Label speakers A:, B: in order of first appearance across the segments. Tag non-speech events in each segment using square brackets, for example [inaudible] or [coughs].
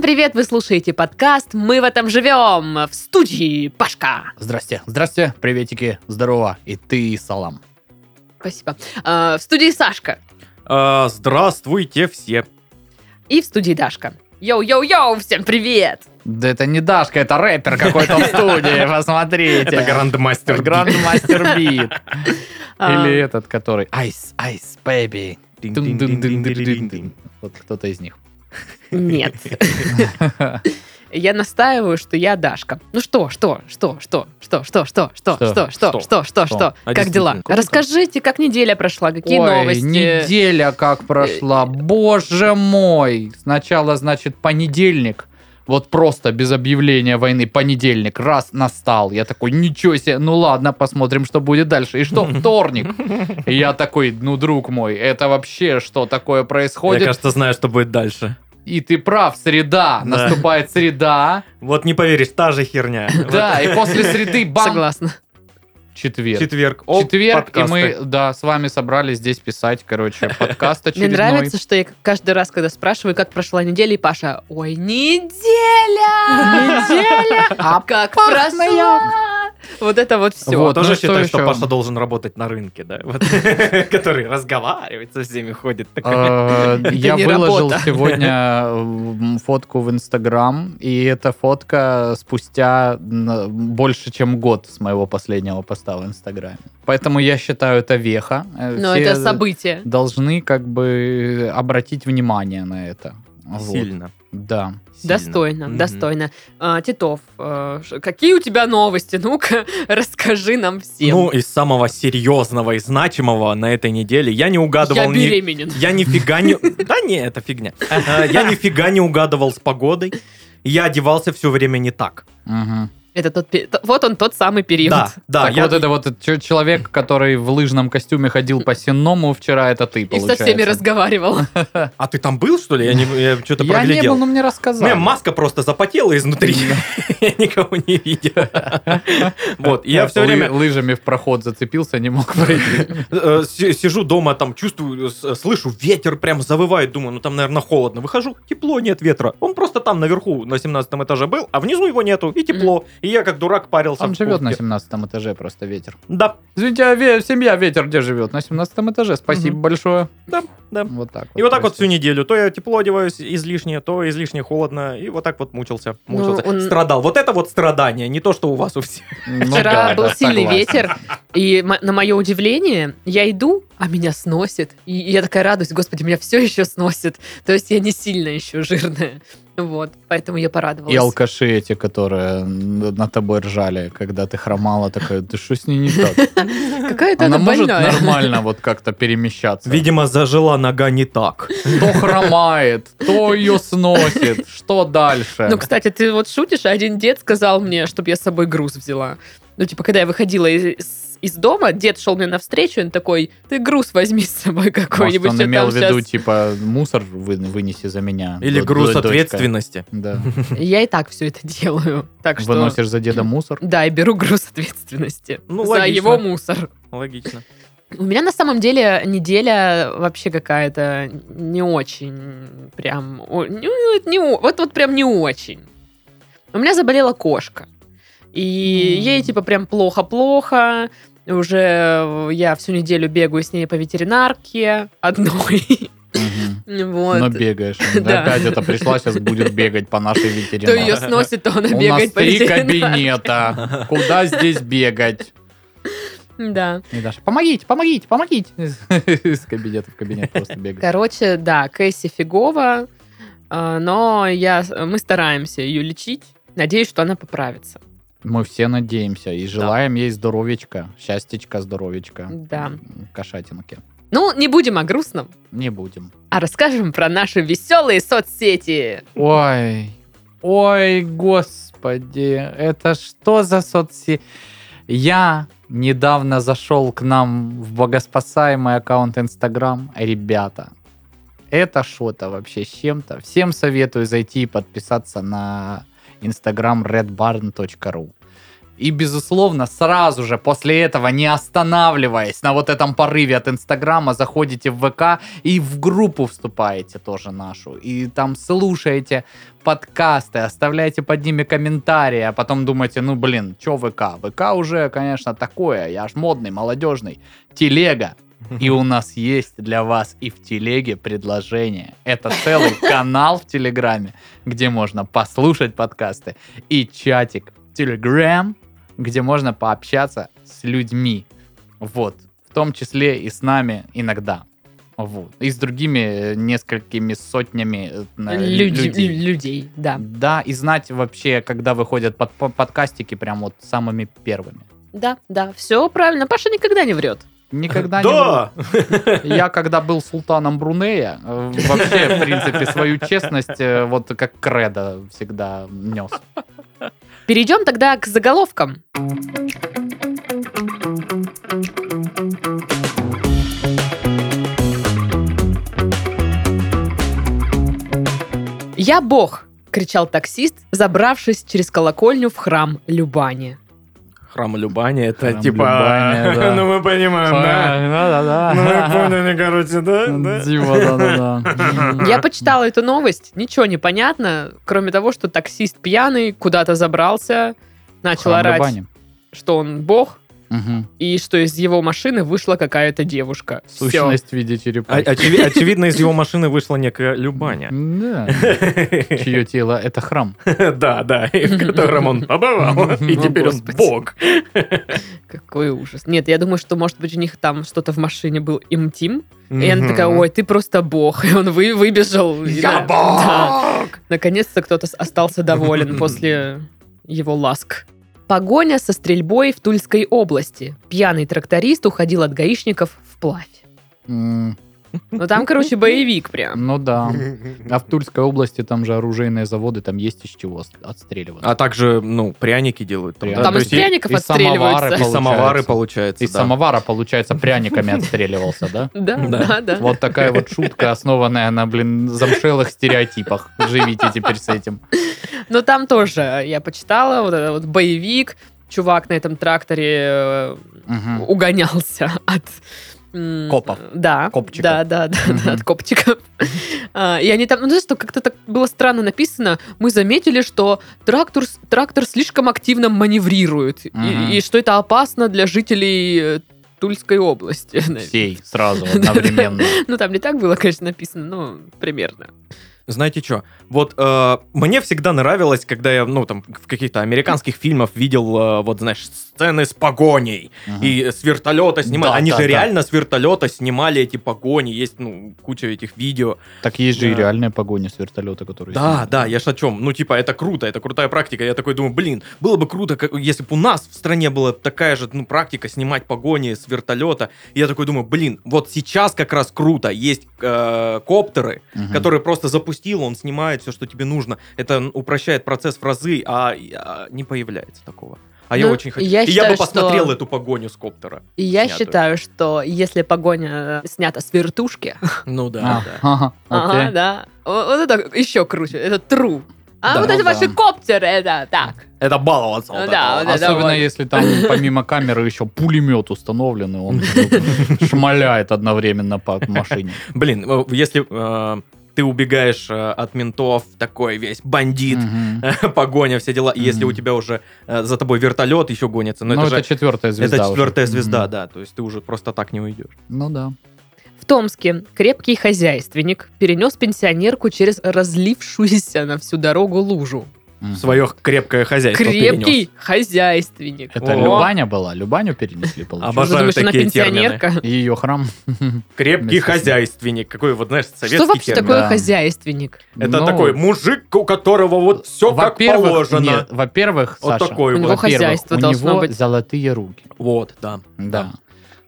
A: привет! Вы слушаете подкаст «Мы в этом живем» в студии Пашка.
B: Здрасте, здрасте, приветики, здорово, и ты, салам.
A: Спасибо. Э, в студии Сашка
C: А, Здравствуйте все.
A: и в студии Дашка. Йоу-йоу-йоу, всем привет!
B: Да это не Дашка, это рэпер какой-то в
C: [laughs]
B: студии, посмотрите.
C: Это грандмастер. А.
B: Это Грандмастер
C: [laughs]
B: Бит.
A: Э,
B: Или этот, который Ice, Ice Baby.
C: Дин-дин-дин-дин-дин-дин-дин.
B: Вот кто-то из них. [laughs]
A: Нет. Я настаиваю, что я Дашка. Ну что, что, что, что, что, что, что, что, что,
B: Что?
A: что, что, что, что,
C: А
A: как дела?
C: действительно, круто.
A: Расскажите, как неделя прошла, какие
B: Ой,
A: новости? Э,
B: неделя как прошла. Боже мой. Сначала, значит, понедельник. Вот просто без объявления войны понедельник. Раз настал. Я такой, ничего себе. Ну ладно, посмотрим, что будет дальше. И что, вторник? И Я такой, ну, друг мой, это вообще что такое
C: Я,
B: происходит?
C: кажется, знаю, что будет дальше.
B: И ты прав, среда.
C: Да.
B: Наступает среда.
C: Вот не поверишь, та же херня.
B: [coughs] Да, и после среды бам.
A: Согласна.
C: Вот
B: Четверг.
C: [coughs] Четверг. Оп,
B: Четверг, и мы,
C: подкасты.
B: да, с вами собрались здесь писать, короче, подкаст
A: Мне
B: очередной.
A: нравится, что я каждый раз, когда спрашиваю, как прошла неделя, и Паша, ой, неделя! Неделя! А [laughs] как прошла! Вот это вот все.
B: Вот,
C: Тоже
B: ну что
C: считаю, что
B: еще?
C: Паша должен работать на рынке, да? Вот. [laughs] Который разговаривает со всеми, ходит. [coughs] такой.
A: [laughs]
B: Э, Я
A: не
B: выложил
A: работа. [laughs]
B: сегодня м, фотку в Инстаграм, и эта фотка спустя м, э, больше, чем год с моего последнего поста в Инстаграме. Поэтому я считаю, это веха. Э,
A: Но
B: все
A: это событие.
B: Должны как бы обратить внимание на это. Вот.
C: Сильно.
B: Да.
C: сильно.
A: Достойно,
C: Мгм.
A: достойно. А, Титов, э, ш- какие у тебя новости? Ну-ка, [laughs] расскажи нам всем.
C: Ну, из самого серьезного и значимого на этой неделе я не
A: я
C: угадывал ни
A: беременен.
C: Я
B: [laughs]
C: нифига не... Да не, это фигня. Э, Я нифига не угадывал с погодой. Я одевался все время не так.
B: Мгм.
A: Это тот, пе- т- вот он тот самый период.
C: Да, да.
B: так
C: я-
B: вот это вот этот чё- человек, который в лыжном костюме ходил по сенному вчера, это ты,
A: И
B: получается.
A: со всеми разговаривал.
C: А ты там был, что ли? Я, не- я что-то
B: Я не
C: проглядел.
B: был, но мне
C: У меня
B: рассказали.
C: маска просто запотела изнутри. [laughs] Я никого не видел. Вот, и я все
B: Лы-
C: время
B: лыжами в проход зацепился, не мог пройти. [laughs]
C: э, си- сижу дома, там чувствую, э, с- слышу, ветер прям завывает. Думаю, ну там, наверное, холодно. Выхожу, тепло, нет ветра. Он просто там наверху на 17 этаже был, а внизу его нету, и тепло. И я как дурак парился.
B: Там
C: в
B: живет на
C: куртке.
B: 17 этаже просто ветер.
C: Да,
B: Извините, а ве- семья ветер где живет? На 17 этаже. Спасибо
C: Мгм.
B: большое.
C: да, да.
B: Вот так вот.
C: И вот так вот всю
B: происходит.
C: неделю. То я тепло одеваюсь излишне, то излишне холодно. И вот так вот мучился.
A: Ну,
C: мучился.
A: он-
C: Страдал. Вот это вот страдание, не то, что у вас у всех.
B: Ну
A: Вчера
B: да,
A: был
B: да,
A: сильный
B: согласен.
A: ветер, и м- на мое удивление, я иду, а меня сносит. И я такая радуюсь, господи, меня все еще сносит. То есть я не сильно еще жирная. Вот, поэтому я порадовалась.
B: И алкаши эти, которые над тобой ржали, когда ты хромала, такая, да что с ней
A: [laughs]
B: не так?
A: Какая-то она,
B: Она может
A: больная.
B: нормально вот как-то перемещаться?
C: Видимо, зажила нога не так.
B: То хромает, то ее сносит. Что
A: [laughs]
B: дальше?
A: Ну, кстати, ты вот шутишь, а один дед сказал мне, чтобы я с собой груз взяла. Ну, типа, когда я выходила из, из дома, дед шел мне навстречу, и он такой, ты груз возьми с собой
B: Может,
A: какой-нибудь.
B: он
A: я там
B: имел в виду,
A: щас».
B: типа, мусор вы- вынеси за меня.
C: Или
B: д-
C: груз
B: д- дочка».
C: ответственности.
B: Да.
A: Я и так все это делаю. Так что...
B: Выносишь за
A: [laughs]
B: деда мусор.
A: Да, и беру груз ответственности
C: Ну,
A: за
C: логично.
A: его мусор.
C: Логично.
A: У меня на самом деле неделя вообще какая-то не очень прям... о- ну, это не о- вот, вот прям не очень. У меня заболела кошка. И
B: М.
A: ей типа прям плохо-плохо. Уже я всю неделю бегаю с ней по ветеринарке одной. [laughs]
B: Мгм.
A: Вот.
B: Но бегаешь.
A: Да.
B: Опять это пришла, сейчас будет бегать по нашей
A: то ее
B: ветеринарке.
A: сносит, то она
B: У нас
A: бегает по
B: три
A: ветеринарке.
B: кабинета. Куда здесь бегать?
A: Да.
B: И Даша, помогите, помогите, помогите. Из кабинета в кабинет просто бегать.
A: Короче, да, Кэсси фигово, э, но я, мы стараемся ее лечить. Надеюсь, что она поправится.
B: Мы все надеемся и желаем ей здоровечка, счастечка, здоровечка.
A: Да.
B: Кошатинки.
A: Ну, не будем о грустном,
B: Не будем.
A: а расскажем про наши веселые соцсети.
B: Ой, ой, господи, это что за соцсети? Я недавно зашел к нам в богоспасаемый аккаунт Инстаграм. Ребята, это что-то вообще с чем-то. Всем советую зайти и подписаться на Инстаграм redbarn.ru. И, безусловно, сразу же после этого, не останавливаясь на вот этом порыве от Инстаграма, заходите в ВК и в группу вступаете тоже нашу. И там слушаете подкасты, оставляйте под ними комментарии, а потом думаете, ну, блин, чё ВК? ВК уже, конечно, такое, я ж модный, молодежный. Телега. И у нас есть для вас и в телеге предложение. Это целый канал в Телеграме, где можно послушать подкасты, и чатик в Телеграм, где можно пообщаться с людьми. Вот. В том числе и с нами иногда. Вот. И с другими э, несколькими сотнями э, на-
A: Люди-
B: людей.
A: людей, да.
B: Да, и знать вообще, когда выходят под, по- подкастики, прям вот самыми первыми.
A: Да, да, все правильно. Паша никогда не врет.
B: Никогда не
C: Да!
B: вру. Я когда был султаном Брунея, э, вообще, в принципе, свою честность э, вот как кредо всегда нес.
A: Перейдем тогда к заголовкам. «Я бог!» — кричал таксист, забравшись через колокольню в храм Любани.
C: Храм Любани, это
B: Храм
C: типа... [laughs]
B: Любани, да.
C: Ну, мы понимаем, да?
B: Да-да-да.
C: Ну, мы поняли,
B: [laughs]
C: короче, да? Да.
B: Дима, да-да-да.
A: Я почитала эту новость, ничего не понятно, кроме того, что таксист пьяный куда-то забрался, начал
B: Храм
A: орать,
B: Любани.
A: что он бог,
B: Мгм.
A: и что из его машины вышла какая-то девушка. Всё.
B: Сущность в виде
C: А-
B: черепахи.
C: очеви- Очевидно, из его машины вышла некая [laughs] Любаня.
B: Да. Чье тело — это храм.
C: Да, да, и в котором
B: [laughs]
C: он побывал,
B: О,
C: и теперь он
A: Господи.
C: бог.
A: Какой ужас. Нет, я думаю, что, может быть, у них там что-то в машине был интим. И она такая, ой, ты просто бог. И он вы, выбежал. И да, да.
C: бог!
A: Наконец-то кто-то с- остался доволен после его ласк. Погоня со стрельбой в Тульской области. Пьяный тракторист уходил от гаишников вплавь.
B: М,
A: Ну там, короче, боевик прям.
B: Ну да. А в Тульской области там же оружейные заводы, там есть из чего ост- отстреливаться.
C: А также, ну, пряники делают. там, да?
A: Там
C: То
A: из
C: есть и-
A: пряников
B: и
A: отстреливаются.
B: самовары
C: и самовары,
B: получается.
C: получается,
B: Из
C: да.
B: самовара, получается, пряниками отстреливался, да?
A: Да,
C: Да.
A: да, да.
B: Вот такая вот шутка, основанная на, блин, замшелых стереотипах. Живите теперь с этим.
A: Но там тоже я почитала, вот этот вот боевик, чувак на этом тракторе э,
B: Мгм.
A: угонялся от м,
B: Копов.
A: Да.
B: Копчиков.
A: Да, да, да, да,
B: Мгм.
A: от копчиков. А, И они там, ну, знаешь, что как-то так было странно написано. Мы заметили, что трактор, с- трактор слишком активно маневрирует. и-
B: Мгм.
A: И что это опасно для жителей э, Тульской области. [laughs]
B: Сей сразу, одновременно.
A: Ну, там не так было, конечно, написано, но примерно.
C: Знаете что? Вот э, мне всегда нравилось, когда я, ну, там, в каких-то американских фильмах видел, э, вот, знаешь, сцены с погоней.
B: Мгм.
C: [laughs] И с вертолета снимали.
B: Да,
C: Они
B: да,
C: же
B: да.
C: реально с вертолета снимали эти погони. Есть, ну, куча этих видео.
B: Так есть же и
C: Да.
B: реальные погони с вертолета, которые...
C: Да,
B: снимают.
C: да, я ж о чем. Ну, типа, это круто, это крутая практика. Я такой думаю, блин, было бы круто, как- если бы у нас в стране была такая же, ну, практика снимать погони с вертолета. И я такой думаю, блин, вот сейчас как раз круто. Есть э, коптеры,
B: Мгм.
C: который просто запустил, он снимает все, что тебе нужно. Это н- упрощает процесс в разы, а, а не появляется такого. А я
A: Ну,
C: очень хочу.
A: я
C: И я
A: считаю,
C: бы посмотрел
A: что-
C: эту погоню с коптера.
A: И я
C: Снято.
A: считаю, что если погоня э, снята с вертушки, [laughs]
C: Ну
B: А,
C: да, да.
B: ага,
A: ага,
B: окей.
A: да, вот вот это еще круче, это true. А
B: Да,
A: вот это
B: да.
A: ваши коптеры, это так.
C: Это баловаться.
A: Ну
C: вот
A: да,
C: это
A: вот
C: вот.
A: это
B: Особенно
A: вот.
B: если там помимо камеры еще пулемет установлен, и он
C: [laughs]
B: шмаляет одновременно по машине.
C: Блин, э, если э, ты убегаешь э, от ментов, такой весь бандит,
B: Мгм.
C: Ну, [laughs] погоня, все дела. И если
B: Мгм.
C: у тебя уже э, за тобой вертолет еще гонится, но
B: Ну,
C: это
B: это
C: же...
B: четвертая звезда.
C: Это
B: уже.
C: четвертая звезда,
B: Мгм.
C: да. То есть ты уже просто так не уйдешь.
B: Ну да.
A: В Томске крепкий хозяйственник перенес пенсионерку через разлившуюся на всю дорогу лужу.
B: Мгм.
C: Свое крепкое хозяйство
A: Крепкий
C: Э, перенёс.
A: хозяйственник.
B: Это
C: О.
B: Любаня была? Любаню перенесли,
C: А
A: Что,
B: получается?
A: ты
C: Обожаю
A: думаешь, она
C: такие
A: пенсионерка?
B: Ее храм.
C: Крепкий
B: Вместо с ним.
C: хозяйственник. Какой вот, знаешь, советский
A: Что вообще
C: термин.
A: такое
B: да.
A: хозяйственник?
C: Это
B: Ну,
C: такой мужик, у которого вот все как
B: во-первых,
C: положено.
B: нет, во-первых,
C: Вот
B: Саша,
C: такой
A: У него
C: вот.
B: во-первых,
A: хозяйство
B: у
A: должно
B: него
A: быть.
B: золотые руки.
C: Вот, да.
B: Да.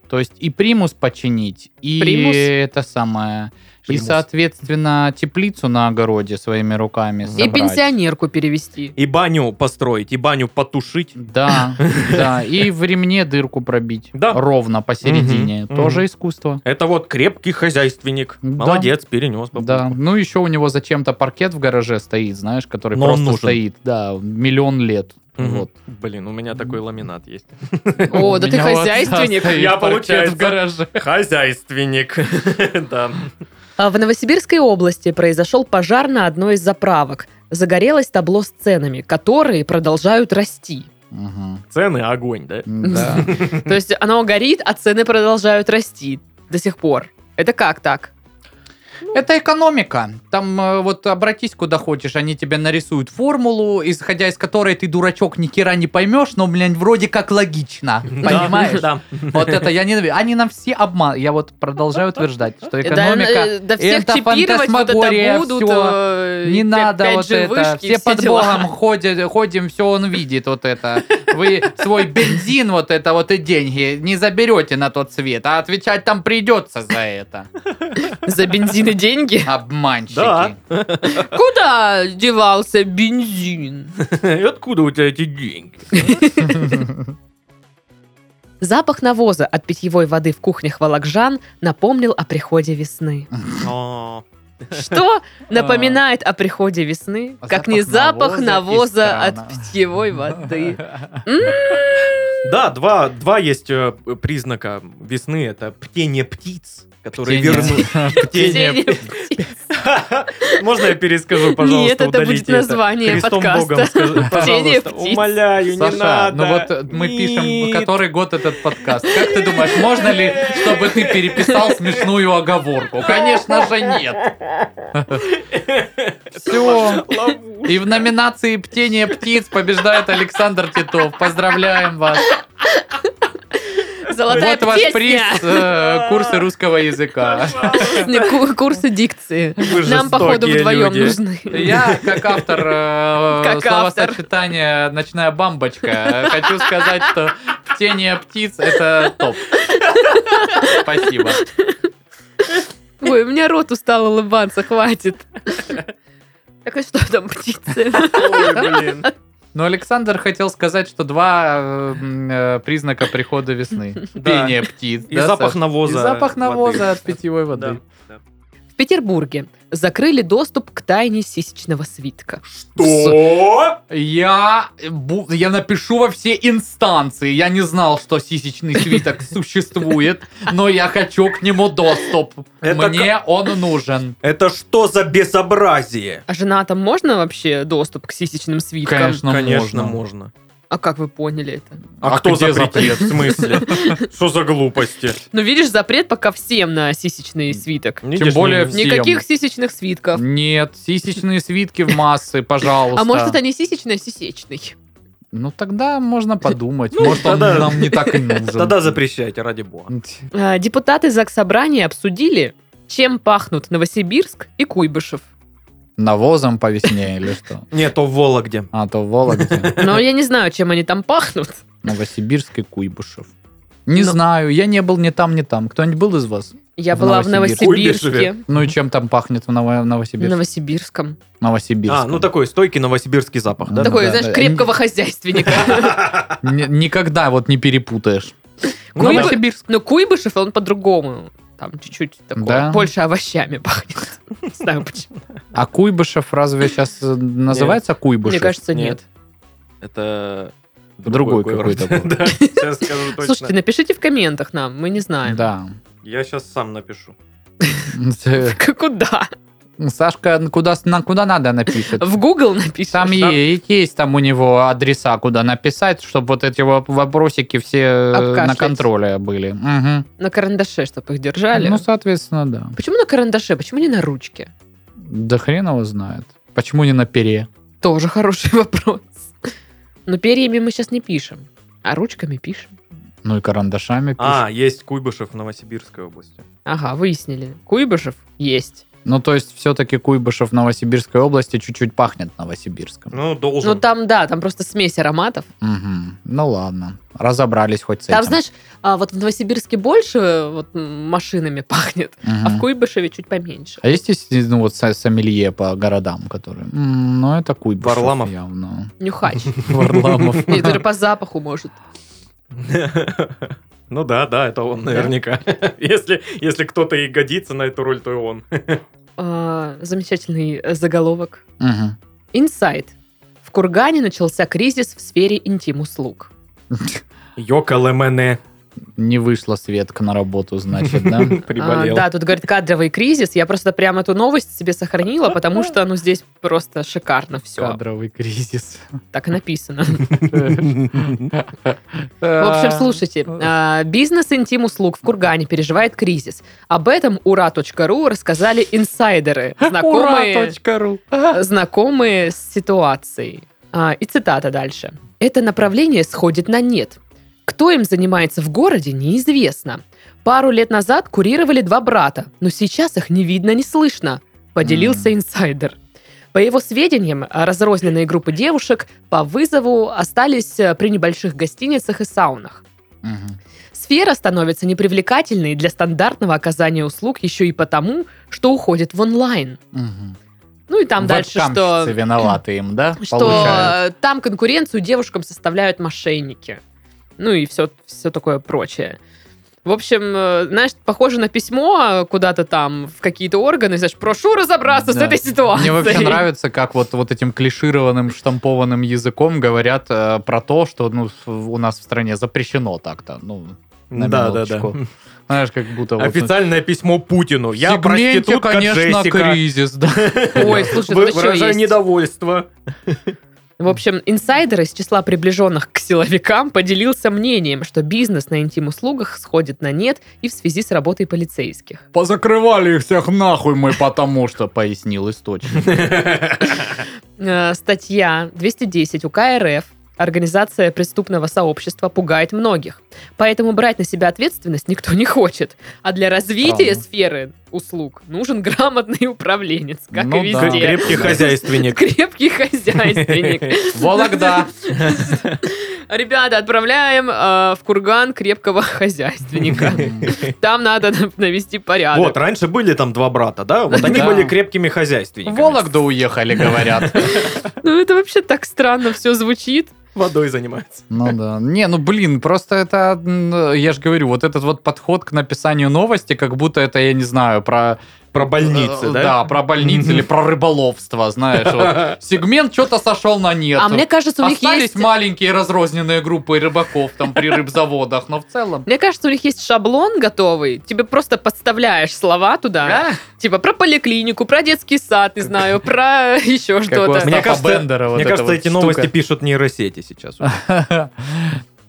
B: То есть и примус починить, и
A: Примус?
B: это самое, и,
C: Примус.
B: соответственно, теплицу на огороде своими руками
A: И
B: собрать.
A: пенсионерку перевести.
C: И баню построить, и баню потушить. [laughs]
B: Да, да, и в ремне дырку пробить
C: Да.
B: ровно посередине.
C: Мгм,
B: Тоже
C: мгм.
B: искусство.
C: Это вот крепкий хозяйственник.
B: Да.
C: Молодец, перенес бабушку.
B: Да, ну еще у него зачем-то паркет в гараже стоит, знаешь, который
C: Но он
B: просто
C: нужен.
B: стоит, да, миллион лет.
C: Мгм. [laughs]
B: Вот.
C: Блин, у меня такой ламинат есть. [laughs]
A: О,
B: У
A: да ты
B: меня у отца
A: хозяйственник.
B: стоит
C: Я,
B: паркет
C: получается.
B: в гараже.
C: Хозяйственник. [laughs] Да.
A: А В Новосибирской области произошел пожар на одной из заправок. Загорелось табло с ценами, которые продолжают расти. [laughs]
B: Мгм.
C: Цены огонь, да?
B: Да.
A: То есть оно горит, а цены продолжают расти до сих пор. Это как так?
B: Это экономика. Там э, вот обратись куда хочешь, они тебе нарисуют формулу, исходя из которой ты, дурачок, ни хера не поймешь, но, блин, вроде как логично. Понимаешь?
C: Да. [laughs]
B: Вот это я ненавижу. Они нам все обман. Я вот продолжаю утверждать, что экономика...
A: Да, э, да всех
B: это
A: чипировать вот
B: фантасмагория,
A: это будут.
B: всё.
A: э,
B: Не
A: пя-
B: надо
A: 5G
B: вот это.
A: вышки,
B: Все под
A: дела.
B: Богом ходят, ходим, все он видит вот это. Вы свой бензин вот это вот и деньги не заберете на тот свет, а отвечать там придется за это.
A: [laughs] За бензин и
B: [laughs]
A: деньги.
B: Обманщики.
C: Да.
A: Куда девался бензин?
C: И откуда у тебя эти деньги?
A: Запах навоза от питьевой воды в кухнях Вологжан напомнил о приходе весны.
C: А,
A: Что напоминает о приходе весны, как
B: А Запах
A: не запах
B: навоза из
A: навоза от
B: крана.
A: питьевой
B: [laughs]
A: воды?
C: Да, два, два есть э, признака весны. Это птение птиц, которые
B: Птение. [laughs]
C: вернулись. Птение.
A: Птение птиц.
C: [laughs] Можно я перескажу, пожалуйста,
A: Нет, это
C: удалите
A: будет название
C: Христом
A: подкаста.
C: Богом скажи,
A: Птение
C: пожалуйста.
A: птиц.
C: Умоляю, не
B: Саша,
C: надо.
B: ну вот э, мы
C: Нет.
B: пишем который год этот подкаст. Как ты думаешь, можно ли, чтобы ты переписал смешную оговорку? Конечно же нет. Все.
C: Ловушка.
B: И в номинации «Птение птиц» побеждает Александр Титов. Поздравляем вас.
A: Золотая
B: вот ваш приз
A: песня.
B: э, курсы русского языка.
A: Не, ку- Курсы дикции.
C: Вы
A: Нам, походу,
C: жестокие
A: вдвоем
C: люди.
A: нужны.
B: Я, как автор э,
A: Как
B: словосочетания «Ночная бамбочка», э, хочу сказать, что «Птение птиц» — это топ. Спасибо.
A: Ой, у меня рот устал улыбаться, хватит. Так а что там птицы?
C: Ой, блин.
B: Но Александр хотел сказать, что два э, м, э, признака прихода весны.
C: Да.
B: Пение птиц.
C: И
B: да,
C: запах
B: Саш?
C: навоза.
B: И запах
C: воды.
B: навоза от питьевой воды.
C: Да.
A: В Петербурге закрыли доступ к тайне сисечного свитка.
C: Что?
B: Я, бу- я напишу во все инстанции. Я не знал, что сисечный
C: [laughs]
B: свиток существует, но я хочу к нему доступ.
C: Это
B: Мне он нужен.
C: Это что за безобразие?
A: А женатым можно вообще доступ к сисечным свиткам?
C: Конечно, можно.
A: А как вы поняли это?
C: А,
B: Ну, А
C: кто
B: где
C: запретит?
B: запрет?
C: В смысле?
B: [laughs]
C: Что за глупости?
A: Ну, видишь, запрет пока всем на сисечный свиток.
C: Видишь,
B: более
C: ну,
B: Всем.
A: Никаких сисечных свитков.
B: Нет, сисечные свитки в
C: [laughs]
B: массы, пожалуйста.
A: А может, это не сисечный, а сисечный?
B: Ну тогда можно подумать.
C: Ну,
B: Может, он
C: тогда-
B: нам не так
C: [laughs]
B: и нужен.
C: Тогда запрещайте, ради бога.
A: А, Депутаты Заксобрания обсудили, чем пахнут Новосибирск и Куйбышев.
B: Навозом по весне или что?
C: Нет, то в Вологде.
B: А, то в Вологде.
A: Но я не знаю, чем они там пахнут.
B: Новосибирск и Куйбышев. Не
A: Ну.
B: знаю, я не был ни там, ни там. Кто-нибудь был из вас?
A: Я
B: В
A: была в
C: Новосибирске.
A: Новосибирске.
B: Ну и чем там пахнет в Ново-
A: В
B: Новосибирске?
A: Новосибирском.
B: Новосибирск.
C: А, ну такой стойкий новосибирский запах, да?
B: Ну,
A: Такой,
B: да,
A: знаешь,
B: да.
A: крепкого хозяйственника.
B: [laughs] Н- Никогда вот не перепутаешь.
A: Ну, и
C: Ну, да.
A: бы-
B: Новосибирск.
A: Но Куйбышев, он по-другому. Там чуть-чуть такое,
B: Да.
A: больше овощами пахнет. [laughs] Не знаю почему.
B: А Куйбышев разве сейчас э, называется Куйбышев?
A: Мне кажется,
C: Нет.
A: нет.
C: Это
B: Другой
C: [laughs]
B: какой-то был.
C: Да, сейчас скажу
A: Слушайте, ну-
C: точно.
A: напишите в комментах нам, мы не знаем.
B: Да.
C: Я сейчас сам напишу.
A: Ну Как- [laughs] Куда?
B: [laughs] Сашка ну куда, с- на- куда надо напишет.
A: [laughs] В Google напишешь?
B: Там
A: Да.
B: е- есть там у него адреса, куда написать, чтобы вот эти во- вопросики все э, на
A: Обкашлять.
B: контроле были. Мгм.
A: На карандаше, чтобы их держали.
B: Ну, соответственно, да.
A: Почему на карандаше? Почему не на ручке?
B: Да хрен его знает. Почему не на пере?
A: Тоже хороший [laughs] вопрос. Но перьями мы сейчас не пишем, а ручками пишем.
B: Ну и карандашами пишут.
C: А, есть Куйбышев в Новосибирской области.
A: Ага, выяснили. Куйбышев есть.
B: Ну, то есть, все-таки Куйбышев Новосибирской области чуть-чуть пахнет Новосибирском.
C: Ну,
A: Ну
C: должен.
A: там, да, там просто смесь ароматов.
B: Мгм. Ну, ладно. Разобрались хоть с
A: Там,
B: этим.
A: знаешь, а, вот в Новосибирске больше вот, м, машинами [laughs] пахнет,
B: Мгм.
A: а в Куйбышеве чуть поменьше.
B: А есть, есть, ну, вот со- сомелье по городам, которые... М, ну, это Куйбышев
C: Варламов.
B: явно. [laughs]
A: Нюхач.
B: Варламов.
A: Нет, даже по запаху может.
C: [laughs] Ну да, да, это он наверняка. [laughs] Если, если кто-то и годится на эту роль, то и он.
A: А, Замечательный э, заголовок.
B: Мгм.
A: Инсайт. В Кургане начался кризис в сфере интим-услуг.
C: Йокалемене.
B: Не вышла Светка на работу, значит, [laughs] да?
A: А,
C: Приболел.
A: да, тут, говорит, кадровый кризис. Я просто прям эту новость себе сохранила, потому что, ну, здесь просто шикарно все.
B: Кадровый [laughs] кризис.
A: Так и написано.
C: [laughs]
A: В общем, слушайте, а, бизнес интим-услуг в Кургане переживает кризис. Об этом ура.ру рассказали инсайдеры, знакомые
B: Ура.ру.
A: [laughs] знакомые с ситуацией. А, и цитата дальше. Это направление сходит на нет. Кто им занимается в городе, неизвестно. Пару лет назад курировали два брата, но сейчас их не видно, не слышно. Поделился
B: М.
A: инсайдер. По его сведениям, а, разрозненные группы девушек по вызову остались э, при небольших гостиницах и саунах.
B: Мгм.
A: Сфера становится непривлекательной для стандартного оказания услуг еще и потому, что уходит в онлайн.
B: Мгм.
A: Ну и там дальше, что...
B: Вебкамщицы виноваты им, да?
A: что
B: Получается.
A: э, там конкуренцию девушкам составляют мошенники. Ну и все, все такое прочее. В общем, э, знаешь, похоже на письмо э, куда-то там, в какие-то органы, знаешь, прошу разобраться с
B: Да.
A: этой ситуацией.
B: Мне вообще нравится, как вот, вот этим клишированным штампованным языком говорят э, про то, что ну, с- у нас в стране запрещено так-то. Ну, на
C: Да, да, да.
B: минуточку. знаешь, как будто... вот-
C: Официальное письмо Путину.
B: В
C: Я
B: сегменте,
C: проститутка
B: конечно,
C: Джессика.
B: кризис, да.
A: [laughs] Ой, слушай, ну
C: Вы-
A: ты чё,
C: Выражаю
A: есть?
C: недовольство.
A: В общем, инсайдер из числа приближенных к силовикам поделился мнением, что бизнес на интим-услугах сходит на нет и в связи с работой полицейских.
B: [laughs] Позакрывали их всех нахуй мы, потому что, пояснил источник.
A: Э, статья 210 УК РФ Организация преступного сообщества пугает многих. Поэтому брать на себя ответственность никто не хочет. А для развития
B: Правда.
A: сферы услуг нужен грамотный управленец, как
B: Ну
A: и
B: да.
A: везде.
C: Крепкий хозяйственник.
A: Крепкий хозяйственник.
B: [laughs] Вологда.
A: Ребята, отправляем э, в курган крепкого хозяйственника.
B: [laughs]
A: Там надо навести
C: Вот,
A: порядок.
C: раньше были там два брата, А, да? Вот они
B: Да.
C: были крепкими
B: В
C: хозяйственниками.
B: Вологду уехали, говорят.
A: Ну это вообще так странно все звучит.
C: Водой занимаются.
B: Ну да. Не, ну блин, просто это, м, я же говорю, вот этот вот подход к написанию новости, как будто это, я не знаю, про...
C: Про больницы,
B: Э,
C: да?
B: Да, про больницы или про рыболовство, знаешь. вот. Сегмент что-то сошел на нет.
A: А мне кажется, у них
B: Остались
A: есть...
B: маленькие разрозненные группы рыбаков там при рыбзаводах, но в целом...
A: Мне кажется, у них есть шаблон готовый. Тебе просто подставляешь слова туда.
B: Да?
A: Типа про поликлинику, про детский сад, не знаю, про [laughs] еще
B: Как у
A: что-то.
B: Остапа
C: Мне кажется-
B: Бендера вот
C: [laughs] Мне
B: эта
C: кажется,
B: вот
C: эти
B: штука.
C: новости пишут нейросети сейчас.
B: [laughs]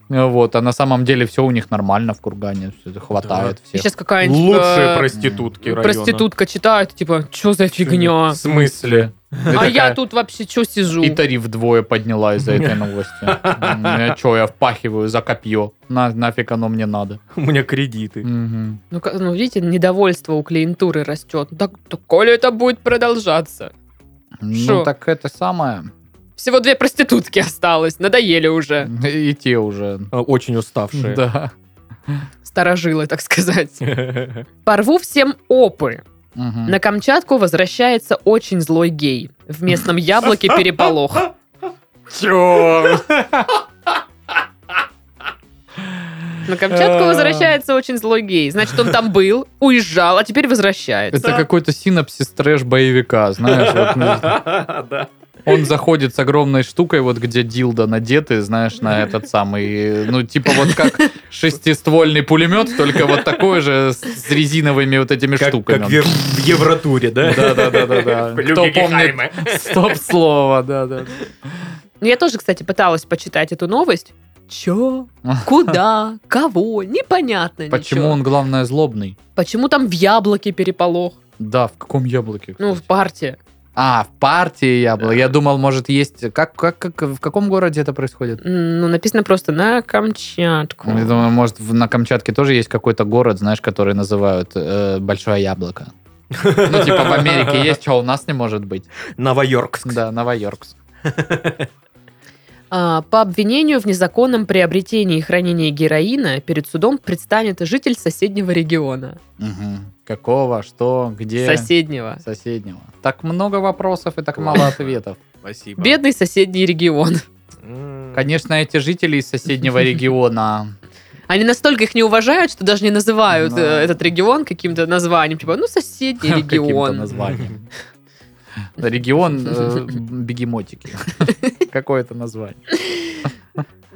B: Вот, а на самом деле все у них нормально в Кургане, всё это хватает всех.
A: Сейчас какая-нибудь
C: Лучшие
A: э,
C: проститутки района.
A: проститутка читает, типа, что за фигня?
C: В смысле?
A: А
B: Ты
A: я
B: такая,
A: тут вообще что сижу?
B: И тариф вдвое подняла из-за этой новости. Че, я впахиваю за копье. На- Нафиг оно мне надо.
C: У меня кредиты.
B: Мгм.
A: Ну, ка- ну, видите, недовольство у клиентуры растет. Так, так коли это будет продолжаться? Шо?
B: Ну, так это самое.
A: Всего две проститутки осталось, надоели уже.
B: И те уже.
C: А, Очень уставшие. [laughs]
B: Да.
A: Старожилы, так сказать.
C: [laughs]
A: Порву всем опы.
B: Мгм.
A: На Камчатку возвращается очень злой гей. В местном яблоке переполох.
B: Чё?
A: На Камчатку
B: Э.
A: возвращается очень злой гей. Значит, он там был, уезжал, а теперь возвращается.
B: Это какой-то синапсис трэш-боевика, знаешь. вот, ну,
C: Да.
B: Он заходит с огромной штукой, вот где дилда надеты, знаешь, на этот самый, ну, типа вот как шестиствольный пулемет, только вот такой же с- с резиновыми вот этими
C: Как
B: штуками.
C: как в Ев- в Евротуре, да? [laughs]
B: Да-да-да-да-да. Кто помнит стоп-слово, да-да.
A: Ну, Я тоже, кстати, пыталась почитать эту новость.
B: [laughs]
A: Чё? Куда? Кого? Непонятно
B: Почему
A: ничего.
B: он, главное, злобный?
A: Почему там в яблоке переполох?
B: Да, в каком яблоке?
A: Ну, в
B: кстати?
A: парте.
B: А, в партии яблоко. Я думал, может, есть... Как, как, как, в каком городе это происходит?
A: М, Ну, написано просто на Камчатку.
B: Ну, Я думаю, может, в- на Камчатке тоже есть какой-то город, знаешь, который называют э, Большое Яблоко. Ну, типа в Америке есть, что у нас не может быть.
C: Новоёркск.
B: Да, Новоёрк.
A: А, По обвинению в незаконном приобретении и хранении героина перед судом предстанет житель соседнего региона.
B: Мгм. Какого, что, где?
A: Соседнего.
B: Соседнего. Так много вопросов и так мало ответов.
C: Спасибо.
A: Бедный соседний регион.
C: М.
B: Конечно, эти жители из соседнего региона.
A: Они настолько их не уважают, что даже не называют
B: Да.
A: э, этот регион каким-то названием. Типа, ну, соседний
B: [laughs] Каким-то
A: регион.
B: названием. Регион э, бегемотики. какое-то название.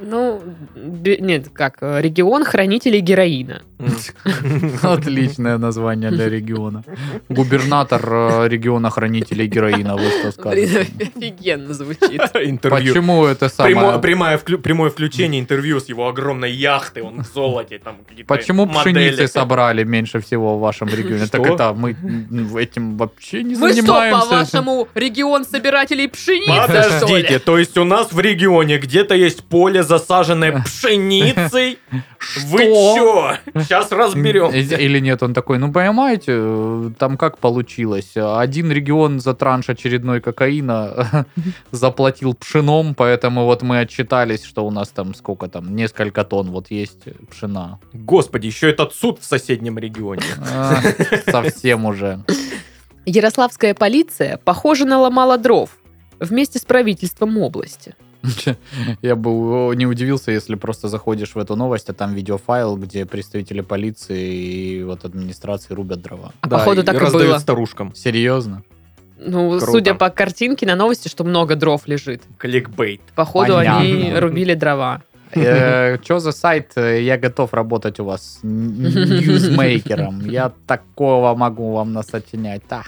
A: Ну, бе- нет, как, э, регион хранителей героина.
B: [laughs] Отличное название для региона. Губернатор э, региона хранителей героина, вот что
A: Блин,
B: скажет.
A: офигенно звучит.
C: [laughs] Интервью.
B: Почему это
C: Прямо-
B: самое...
C: прямое вклю- Прямое включение интервью с его огромной яхты, он в золоте, там какие-то
B: Почему
C: модели.
B: пшеницы собрали меньше всего в вашем регионе? Так
C: Что?
B: это мы м, этим вообще [laughs] не
A: Мы что,
B: занимаемся.
A: по-вашему, регион собирателей пшеницы, что
C: Подождите,
A: ли?
C: то есть у нас в регионе где-то есть поле,
B: [laughs]
C: засаженное пшеницей? Вы чё? Сейчас разберем.
B: Или нет, он такой, ну понимаете, э, там как получилось? Один регион за транш очередной кокаина [laughs] заплатил пшеном, поэтому вот мы отчитались, что у нас там сколько там, несколько тонн вот есть пшена.
C: Господи, еще этот суд в соседнем регионе.
B: А, Совсем уже.
A: Ярославская полиция, похоже, наломала дров вместе с правительством области.
B: Я бы не удивился, если просто заходишь в эту новость, а там видеофайл, где представители полиции и вот администрации рубят дрова.
A: А [laughs] походу так и
C: раздают
A: было.
C: старушкам.
B: Серьезно?
A: Ну,
C: Круто.
A: судя по картинке на новости, что много дров лежит.
C: Кликбейт.
A: Походу, они
B: Понятно.
A: рубили дрова.
B: Че за сайт? э, Я готов работать у вас н- ньюсмейкером. Я такого могу вам насочинять. Да.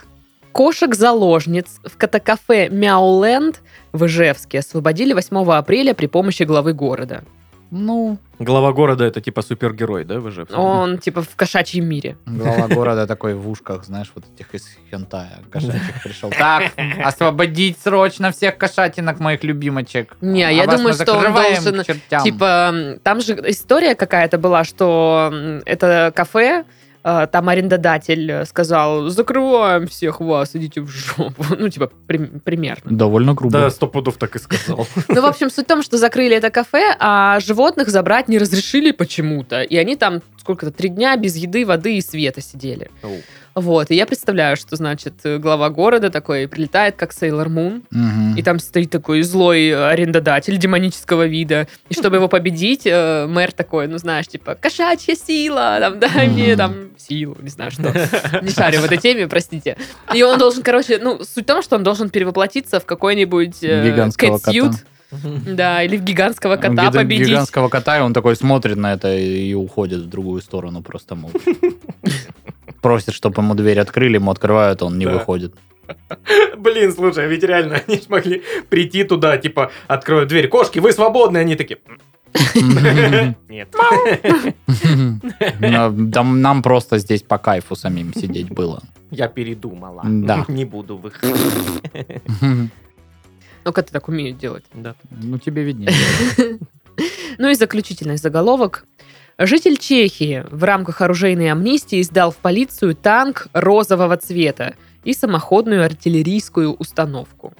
A: Кошек-заложниц в катакафе Мяуленд в Ижевске освободили 8 апреля при помощи главы города.
B: Ну,
C: Глава города это типа супергерой, да, в Ижевске?
A: Он типа в кошачьем мире.
B: глава города такой в ушках, знаешь, вот этих из хентая кошачьих пришел. Так, освободить срочно всех кошатинок моих любимочек.
A: Не,
B: А
A: я
B: вас
A: думаю,
B: мы
A: что он
B: закрываем к
A: должен,
B: чертям.
A: Типа, м, там же история какая-то была, что м, это кафе, э, там арендодатель э, сказал, закрываем всех вас, идите в жопу. [laughs] Ну, типа, прим- примерно.
B: Довольно грубо.
C: Да, сто пудов так и сказал.
A: [laughs] Ну, в общем, суть в том, что закрыли это кафе, а животных забрать не разрешили почему-то. И они там сколько-то, три дня без еды, воды и света сидели. Вот, и я представляю, что, значит, э, глава города такой прилетает, как Сейлор Мун,
B: Мгм.
A: и там стоит такой злой арендодатель демонического вида. И чтобы его победить, э, мэр такой, ну знаешь, типа, кошачья сила, там, дай
B: Мгм.
A: мне там силу, не знаю
B: [laughs]
A: что. Не шарю в этой теме, простите. И он должен, короче, ну, суть в том, что он должен перевоплотиться в какой-нибудь э,
B: Гигантского кота. Ну,
A: catsuit, Да, или в гигантского кота
B: Гигант-
A: победить.
B: Гигантского кота, и он такой смотрит на это и и уходит в другую сторону
A: [laughs]
B: просто мол. Просит, чтобы ему дверь открыли, ему открывают, а он не
A: [laughs]
C: Да.
B: выходит.
C: Блин, слушай, а ведь реально [laughs] они ж могли прийти туда, типа, откроют дверь, кошки, вы свободны, они такие,
B: Мгм.
C: нет.
B: Нам там- нам просто здесь по кайфу самим сидеть было.
C: [laughs] Я передумала.
B: Да.
C: Не буду выходить.
A: Ну, коты так умеют делать.
C: Да.
B: Ну, тебе виднее.
A: Ну и заключительный заголовок. Житель Чехии в рамках оружейной амнистии сдал в полицию танк розового цвета и самоходную артиллерийскую установку.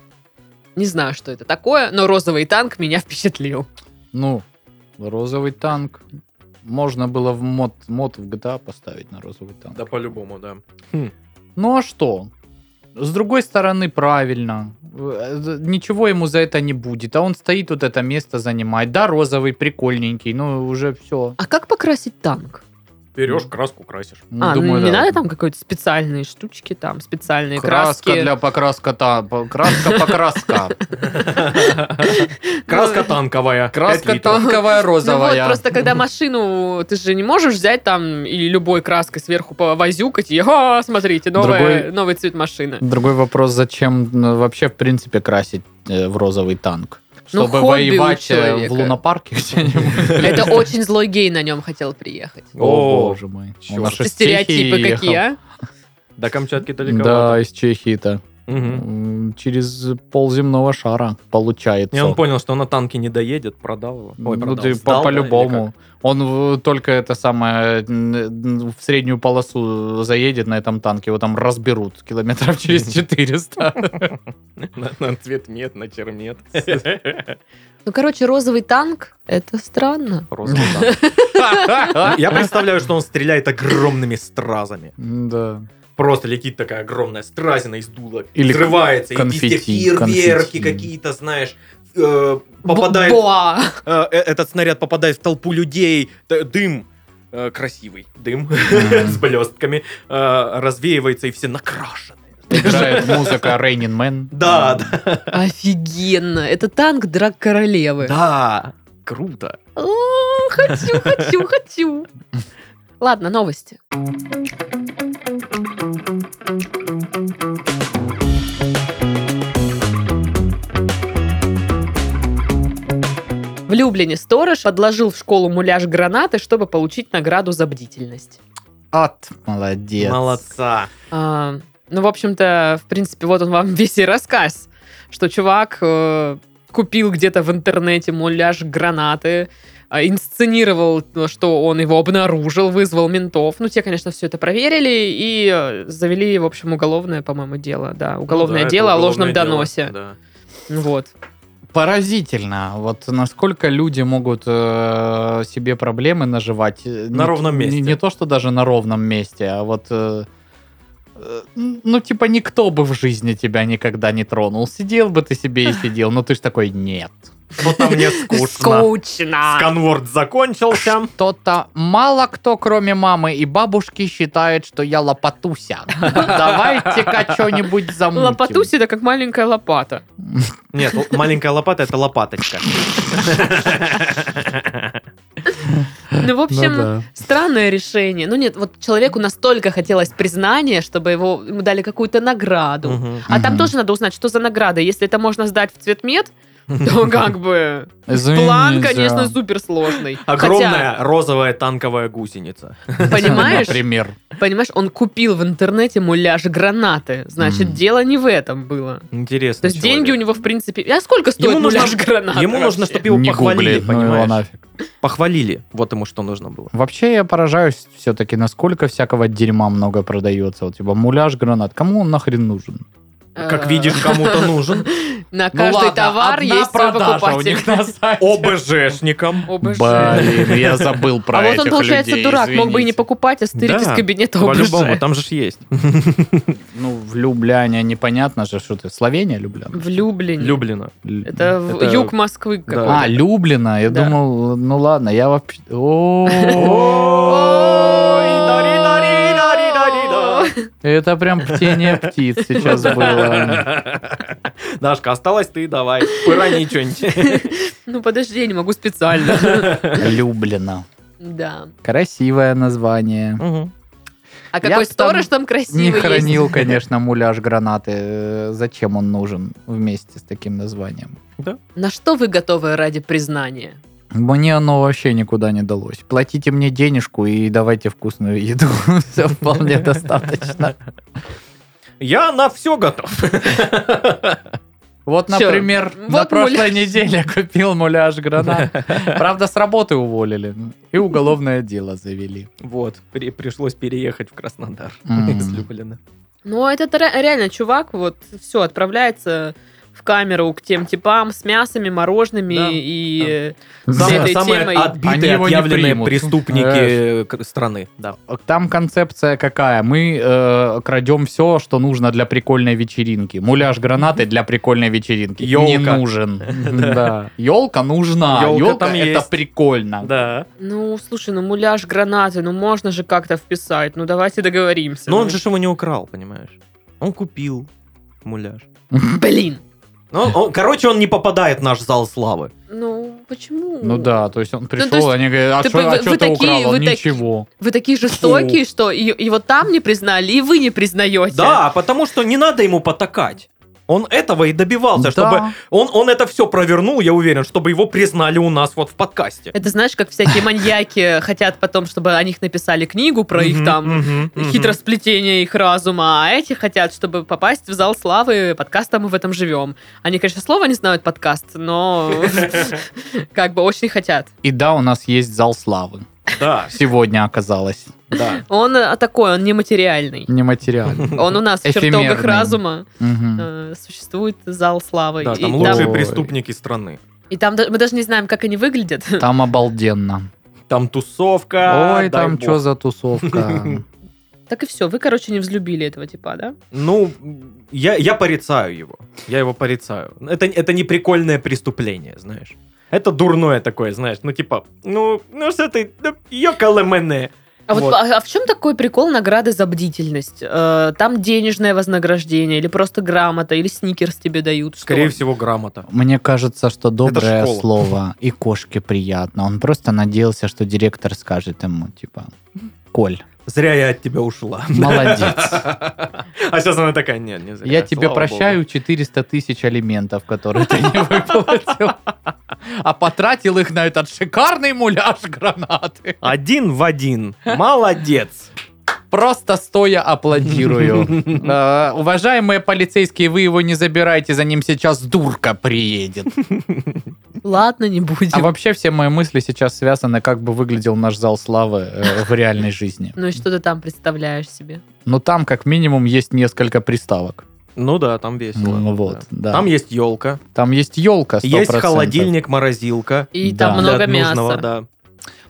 A: Не знаю, что это такое, но розовый танк меня впечатлил.
B: Ну, розовый танк. Можно было в мод, мод в GTA поставить на розовый танк.
C: Да, по-любому, да.
B: Ну а что? С другой стороны, правильно. Э, Ничего ему за это не будет. А он стоит вот это место занимает. Да, розовый, прикольненький, ну уже все.
A: А как покрасить танк?
C: Берешь, краску [laughs] красишь.
A: а, ну не надо там какой-то специальные штучки, там специальные
B: Краска
A: краски. Ну
B: для покраска та, по- краска покраска.
C: Краска танковая.
B: Краска
C: пять литров.
B: танковая
A: Ну вот,
B: розовая.
A: просто
B: [laughs]
A: когда машину, ты же не можешь взять там и любой краской сверху повозюкать и, «Ха, смотрите, новая-
B: Другой-
A: новый цвет машины.
B: Другой вопрос, зачем ну, вообще в принципе красить э, в розовый танк?
A: Ну,
B: Чтобы
A: хобби у
B: воевать э, в
A: человека.
B: лунопарке
A: [laughs]
B: где-нибудь?
A: Это очень злой гей на нем хотел приехать.
B: О,
C: О,
B: боже мой.
C: чёрт.
B: Он аж из
A: Стереотипы
B: Чехии
A: какие,
B: ехал.
A: а?
C: До Камчатки далековато.
B: Да, из Чехии-то.
C: Мгм.
B: М, Через полземного шара получается.
C: И он понял, что на танке не доедет, продал его.
B: ну,
C: Ой, продал.
B: ты
C: Сдал, да,
B: по-
C: или
B: по-любому. он в- только это самое н- н- в среднюю полосу заедет на этом танке, его там разберут километров [laughs] через 400.
C: как? На, на цвет нет, на черм нет.
A: Ну, короче, розовый танк — это странно.
C: Розовый танк. Я представляю, что он стреляет огромными стразами.
B: Да.
C: Просто летит такая огромная стразина из дула,
B: Или
C: взрывается, и
B: конфетти,
C: везде фейерверки
B: конфетти.
C: какие-то, знаешь, э, попадает,
A: Боа!
C: э, э, этот снаряд попадает в толпу людей, т- дым, [laughs] э, красивый дым с блестками, э, развеивается, и все накрашенные. [laughs]
B: Играет музыка Raining Man.
C: Да, да.
A: Офигенно. Это танк драк королевы.
C: Да, круто.
A: О, Хочу, хочу, хочу. Ладно, новости. В Люблине сторож подложил в школу муляж гранаты, чтобы получить награду за бдительность.
B: От, молодец.
C: Молодца.
A: А, ну, в общем-то, в принципе, вот он вам [laughs] весь и рассказ, что чувак э, купил где-то в интернете муляж гранаты, а, инсценировал, ну, что он его обнаружил, вызвал ментов. Ну, те, конечно, все это проверили и э, завели, в общем, уголовное, по-моему, дело. Да, уголовное
C: Ну да,
A: дело
C: это
A: о ложном
C: уголовное дело,
A: доносе.
C: да.
A: Вот.
B: Поразительно, вот насколько люди могут э, себе проблемы наживать. э,
C: На
B: не-
C: ровном месте.
B: Не, не то, что даже на ровном месте, а вот... э, э, ну, типа, никто бы в жизни тебя никогда не тронул. Сидел бы ты себе и сидел, но ты ж такой, нет.
C: Что-то мне скучно.
A: Скучно.
C: Сканворд закончился.
B: Кто-то, мало кто, кроме мамы и бабушки, считает, что я лопатуся.
A: [laughs]
B: Давайте-ка что-нибудь замутим.
A: Лопатусь это как маленькая лопата.
C: Нет, л- маленькая лопата это лопаточка.
A: Ну, в
B: Ну
A: общем,
B: да.
A: Странное решение. Ну нет, вот человеку настолько хотелось признания, чтобы его ему дали какую-то награду.
C: Мгм.
A: А там
B: Мгм.
A: тоже надо узнать, что за награда. Если это можно сдать в
C: [laughs]
A: цветмет, то как бы
B: Извините.
A: план, конечно, суперсложный.
C: Огромная розовая танковая гусеница.
A: Хотя,
B: [laughs]
C: [laughs]
A: понимаешь,
B: Например.
A: понимаешь, он купил в интернете муляж гранаты. Значит,
B: Мгм.
A: дело не в этом было.
C: Интересно.
A: То есть деньги у него, в принципе... А сколько стоит
C: Ему нужно-
A: муляж гранаты
C: ему нужно,
A: вообще?
C: чтобы его
B: Не
C: похвалили,
B: гуглит, ну его
C: понимаешь?
B: нафиг.
C: Похвалили. Вот ему что нужно было.
B: Вообще я поражаюсь все-таки, насколько всякого дерьма много продается. Вот типа муляж гранат. Кому он нахрен нужен?
A: Э,
C: Как видишь, Ну кому-то
A: [laughs]
C: нужен.
A: На каждый товар есть свой покупатель.
B: на
A: [laughs]
B: сайте.
C: ОБЖшникам.
A: ОБЖ.
B: Блин, я забыл про
A: а вот он,
B: этих
A: получается,
B: людей,
A: дурак, мог бы и не
B: извините.
A: покупать, а стырить
C: Да,
A: из кабинета [laughs]
C: По-любому,
A: ОБЖ.
C: [laughs] там же ж есть.
B: Ну, в Любляне непонятно же, что ты. Словения, Любляна?
A: В Люблине.
C: Люблено.
B: Л-
A: Это, в-
C: Это-
A: юг Москвы. какой-то.
B: А, Люблина. Я
A: Да.
B: думал, ну ладно, я вообще... Это прям птение птиц
A: [laughs]
B: сейчас было.
C: [laughs] Дашка, осталась ты, давай. Пырани [laughs] что-нибудь.
A: Ну подожди, я не могу
C: [laughs]
A: специально.
B: Люблина.
A: Да.
B: Красивое название.
A: А
B: Я
A: какой
B: б там
A: сторож там красивый
B: Не
A: есть. [laughs]
B: хранил, конечно, муляж гранаты. Э, Зачем он нужен вместе с таким названием?
A: На что вы готовы ради признания?
B: Мне оно вообще никуда не далось. Платите мне денежку и давайте вкусную еду. [laughs] Все
A: [laughs]
B: вполне достаточно.
C: Я на все готов.
B: Вот,
A: Всё.
B: например,
A: Вот
B: на прошлой
A: муляж.
B: неделе купил муляж гранат.
A: [laughs]
B: Правда, с работы уволили. И уголовное дело завели.
C: Вот, при- пришлось переехать в Краснодар [laughs]
B: М.
C: из Люблина.
A: Ну, этот ре- реально чувак вот все отправляется в камеру к тем типам с мясами, мороженными
C: Да.
A: и...
B: Сам-
A: С этой
C: Самые
A: темой-
B: Они
C: отбитые,
B: его не
C: отъявленные
B: примут.
C: преступники к- страны. Да.
B: Там концепция какая? Мы э, крадем все, что нужно для прикольной вечеринки. Муляж гранаты для прикольной вечеринки. Не [laughs]
C: Ёлка.
B: нужен. Да. Елка нужна.
C: Ёлка
B: Елка
C: там
B: это
C: есть.
B: прикольно.
C: Да.
A: Ну, слушай, ну муляж гранаты, ну можно же как-то вписать, ну давайте договоримся.
C: Но
A: Ну,
C: он же ж его не украл, понимаешь? Он купил муляж.
A: Блин!
C: Ну, он- короче, он не попадает в наш зал славы.
A: Ну, почему?
B: Ну да, то есть он
A: то
B: пришел,
A: есть
B: они говорят, а
A: ты-
B: что
A: вы-
B: а
A: вы
B: чё ты
A: такие-
B: украл?
A: вы
B: Он,
A: таки-
B: Ничего.
A: Вы такие жестокие, что и- его там не признали, и вы не признаете.
C: Да, потому что не надо ему потакать. Он этого и добивался,
B: Да.
C: чтобы он, он это все провернул, я уверен, чтобы его признали у нас вот в подкасте.
A: Это знаешь, как всякие маньяки хотят потом, чтобы о них написали книгу про их
C: Мгм,
A: там
C: мгм, мгм.
A: хитросплетение их разума, а эти хотят, чтобы попасть в зал славы подкаста «Мы в этом живем». Они, конечно, слова не знают подкаст,
C: [laughs]
A: но как бы очень хотят.
B: И да, у нас есть зал славы.
C: Да,
B: Сегодня оказалось.
C: да.
A: Он э, такой, он нематериальный.
B: Нематериально.
A: [laughs] Он у нас в чертогах
B: Эфемерный.
A: разума.
B: Мгм.
A: э, Существует зал славы.
C: Да,
A: И
C: там
B: там-
C: лучшие
B: Ой.
C: преступники страны.
A: и там да- мы даже не знаем, как они выглядят.
B: Там обалденно.
C: Там тусовка.
B: Ой,
C: дай
B: там
C: бог.
B: что за
C: [laughs]
B: тусовка.
A: Так и все, вы, короче, не взлюбили этого типа, да?
C: Ну, я, я порицаю его. Я его порицаю. Это, это не прикольное преступление, ну, знаешь. Это дурное такое, знаешь. Ну, типа, ну, ну что ты, ёкале мене.
A: А вот,
B: Вот.
A: а- а в чем такой прикол награды за бдительность? Э, там денежное вознаграждение, или просто грамота, или сникерс тебе дают? Что?
C: Скорее всего, грамота.
B: Мне кажется, что доброе
C: школа.
B: слово и кошке приятно. Он просто надеялся, что директор скажет ему, типа, Коль,
C: Зря я от тебя ушла. [laughs]
B: молодец.
C: А сейчас она такая, нет, не зря.
B: Я тебе
C: Э, слава
B: прощаю 400 тысяч алиментов, которые ты не выплатил. А потратил их на этот шикарный муляж гранаты.
C: богу. Один в один. [laughs] Молодец.
B: Просто стоя аплодирую.
C: [laughs] Ну
B: Э, Уважаемые полицейские, вы его не забирайте, за ним сейчас дурка приедет.
A: Ладно, не будем.
B: А вообще все мои мысли сейчас связаны, как бы выглядел наш зал славы э, в реальной жизни.
A: Ну и что ты там представляешь себе?
B: Но там как минимум есть несколько приставок.
C: Ну да, там весело.
B: Ну вот, да.
C: Там есть елка,
B: Там есть елка 100%.
C: есть холодильник, морозилка.
A: И
B: Да.
A: там
C: для
A: много мяса.
C: нужного, да.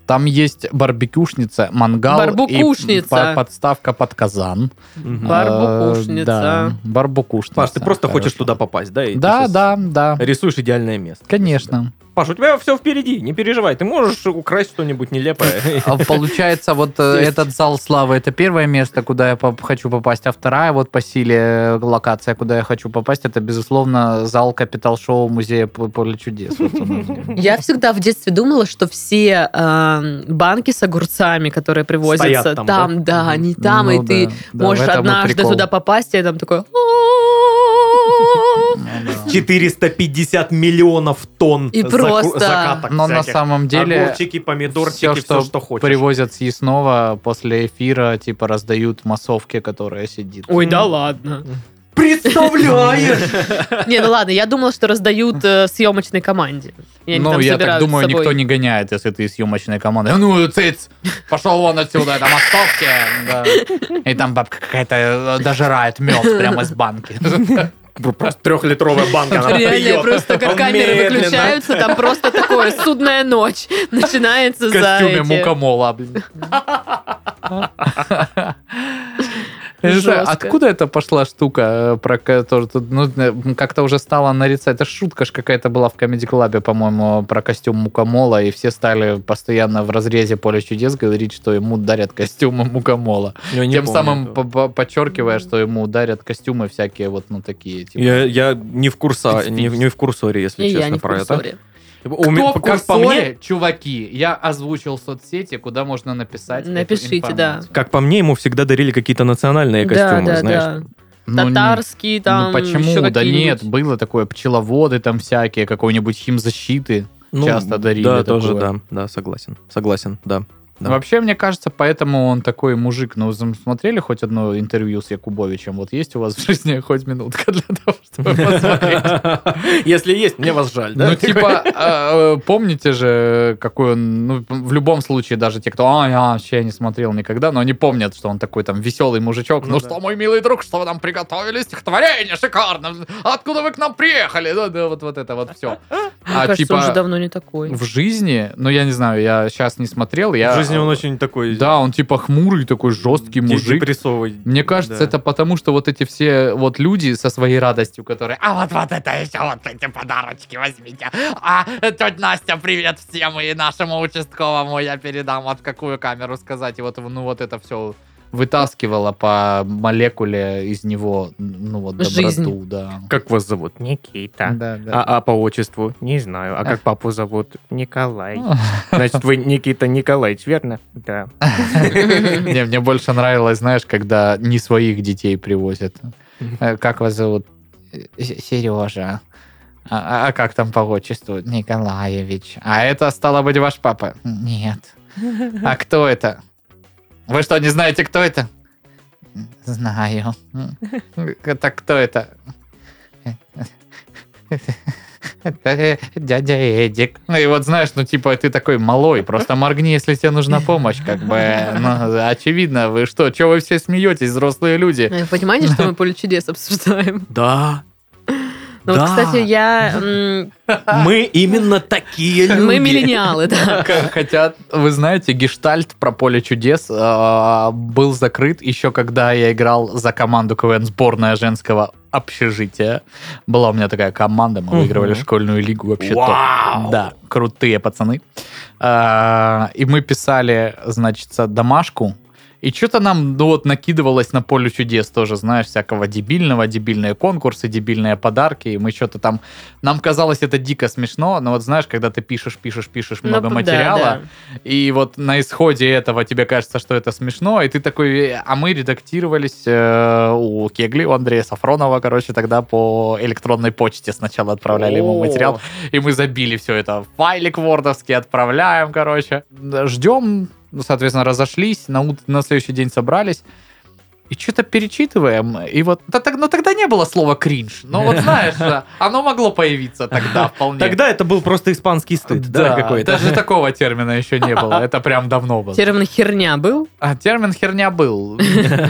B: Там есть барбекюшница, мангал. и
A: Барбукушница.
B: по- подставка под казан.
C: Мгм.
A: Ба- Барбукушница.
B: Э, Да, барбукушница.
C: Паш, ты просто хочешь
B: Хорошо.
C: туда попасть, да? и ты
B: Да,
C: щас
B: да, да.
C: Рисуешь идеальное место.
B: Конечно.
C: Паш, у тебя все впереди, не переживай. Ты можешь украсть что-нибудь нелепое.
B: А получается, вот э,
C: Есть.
B: этот зал славы это первое место, куда я поп- хочу попасть, а вторая вот по силе э, локация, куда я хочу попасть, это, безусловно, зал капитал-шоу музея П- Поле чудес. Вот он.
A: Я всегда в детстве думала, что все эм, банки с огурцами, которые привозятся,
C: Стоят там, да?
A: да, они там,
B: Ну
A: и ты
B: да, да, в
A: можешь
B: этом и
A: однажды
B: прикол.
A: туда попасть, и я там такой...
B: Ну да.
C: 450 миллионов тонн
A: И
C: заку-
A: просто-
C: закаток
B: Но Ну, на
C: всяких.
B: самом деле
C: Огурчики, помидорчики,
B: всё,
C: все,
B: что
C: что, хочешь.
B: привозят съестного после эфира, типа раздают массовке, которая сидит.
A: Ой, да ладно.
B: [laughs]
C: Представляешь?
A: Не, ну ладно, я думала, что раздают э, съемочной команде. И они
B: ну,
A: там
B: я так
A: собирают с
B: думаю,
A: собой.
B: никто не гоняет, если ты из съемочной команды. «А Ну, цыц! Пошел вон отсюда, это массовки! [laughs] Да. И там бабка какая-то э, дожирает мед прямо из
A: [laughs]
B: банки.
C: Просто трехлитровая банка.
A: [laughs]
C: она
A: Реально,
C: пьёт.
A: просто как
C: Он
A: камеры
C: медленно.
A: выключаются, там просто такое судная ночь [laughs] начинается
B: В
A: за
B: костюме
A: эти-
B: мукомола, блин. Я не знаю,
A: Жестко.
B: откуда это пошла штука э, про которую тут, ну, э, как-то уже стала нарицать. Это шутка ж какая-то была в Comedy Club, по-моему, про костюм мукомола, и все стали постоянно в разрезе поле чудес говорить, что ему дарят костюмы мукомола.
C: Ну, Я не
B: Тем
C: помню
B: самым
C: этого.
B: по- по- подчеркивая, что ему дарят костюмы всякие вот, ну, такие, типа.
C: Я, я не в курса, не, в- не в курсоре, если
A: И
C: честно,
A: я не в
C: про это. Типа,
A: курсоре.
C: У меня-
B: Кто в
C: как по
B: курсоре,
C: мне,
B: чуваки? Я озвучил соцсети, куда можно написать. эту
A: Напишите, да.
B: информацию.
C: как по мне, ему всегда дарили какие-то национальные
A: Да,
C: костюмы,
A: да,
C: знаешь.
A: да.
B: Ну, не-
A: Татарские там
B: ну почему?
A: еще
B: Да нет,
A: какие-нибудь.
B: было такое, пчеловоды там всякие, какой-нибудь химзащиты.
C: Ну,
B: Часто дарили такое.
C: Да, тоже, да, да, согласен, согласен, да. Да.
B: Вообще, мне кажется, поэтому он такой мужик. Ну, зам- смотрели хоть одно интервью с Якубовичем? Вот есть у вас в жизни хоть минутка для того, чтобы
A: [laughs]
B: посмотреть?
C: Если есть, мне вас жаль, да?
B: Ну,
D: [laughs]
B: типа, э, э, помните же, какой он, ну, в любом случае, даже те, кто, а, я вообще не смотрел никогда, но они помнят, что он такой там веселый мужичок. Ну,
C: Ну да.
B: что, мой милый друг, что вы нам приготовили? Стихотворение шикарно! Откуда вы к нам приехали? Да, да, вот, вот это вот А типа все.
A: [laughs] Мне кажется, он уже давно не
B: [laughs]
A: такой.
B: в жизни, ну, я не знаю, я сейчас не смотрел, я...
C: В жизни он очень такой...
B: Да, он типа хмурый такой, жесткий мужик.
C: депрессовый.
B: Мне кажется,
C: Да.
B: это потому, что вот эти все вот люди со своей радостью, которые, а вот вот это еще, вот эти подарочки возьмите. А тетя Настя, привет всем и нашему участковому я передам, вот в какую камеру сказать. И вот, ну вот это все вытаскивало по молекуле из него, ну вот, доброту,
A: Жизнь.
B: да.
D: Как вас зовут? Никита.
B: Да, да.
D: А, а по отчеству? Не знаю. А как папу зовут?
C: [laughs]
D: Николай. Значит, вы Никита Николаевич, верно? Да.
A: Ну,
B: Не, мне больше нравилось, знаешь, когда не своих детей привозят. Э, Как вас зовут? Сережа. А, а- а как там по отчеству? Николаевич. А это стало быть ваш папа? Нет. А кто это? Вы что, не знаете, кто это? Знаю. Так кто это? Это дядя Эдик. Ну и вот знаешь, ну типа ты такой малой, просто моргни, если тебе нужна помощь, как бы. Ну, очевидно, вы что, чего вы все смеетесь, взрослые люди?
A: Э, Понимаете, что мы поле чудес обсуждаем?
C: Да.
A: Ну вот, кстати, я...
B: [laughs]
A: м,
C: Мы именно такие люди.
A: [laughs] Мы миллениалы,
B: [laughs]
A: да.
B: Хотя, вы знаете, гештальт про поле чудес э, был закрыт еще когда я играл за команду КВН сборная женского общежития. Была у меня такая команда, мы выигрывали
C: Мгм.
B: школьную лигу вообще топ.
C: Вау!
B: Да, крутые пацаны. А, А, И мы писали, значит, домашку. И что-то нам, ну вот, накидывалось на поле чудес тоже, знаешь, всякого дебильного, дебильные конкурсы, дебильные подарки, и мы что-то там... Нам казалось это дико смешно, но вот знаешь, когда ты пишешь, пишешь, пишешь
A: Ну,
B: много
A: да,
B: материала,
A: да.
B: и вот на исходе этого тебе кажется, что это смешно, и ты такой... э, А мы редактировались э, у Кегли, у Андрея Сафронова, короче, тогда по электронной почте сначала отправляли ему
A: О.
B: материал, и мы забили все это. в Файлик вордовский отправляем, короче. Да, Ждем, ну, соответственно, разошлись, на, ут- на следующий день собрались. И что-то перечитываем, и вот... Да, так, ну, тогда не было слова «кринж». Ну, [laughs] вот знаешь, да, оно могло появиться тогда вполне.
C: Тогда это был просто испанский стыд, да, какой-то.
B: даже такого термина еще не было. Это прям давно было.
A: Термин херня был?
B: А, термин херня был,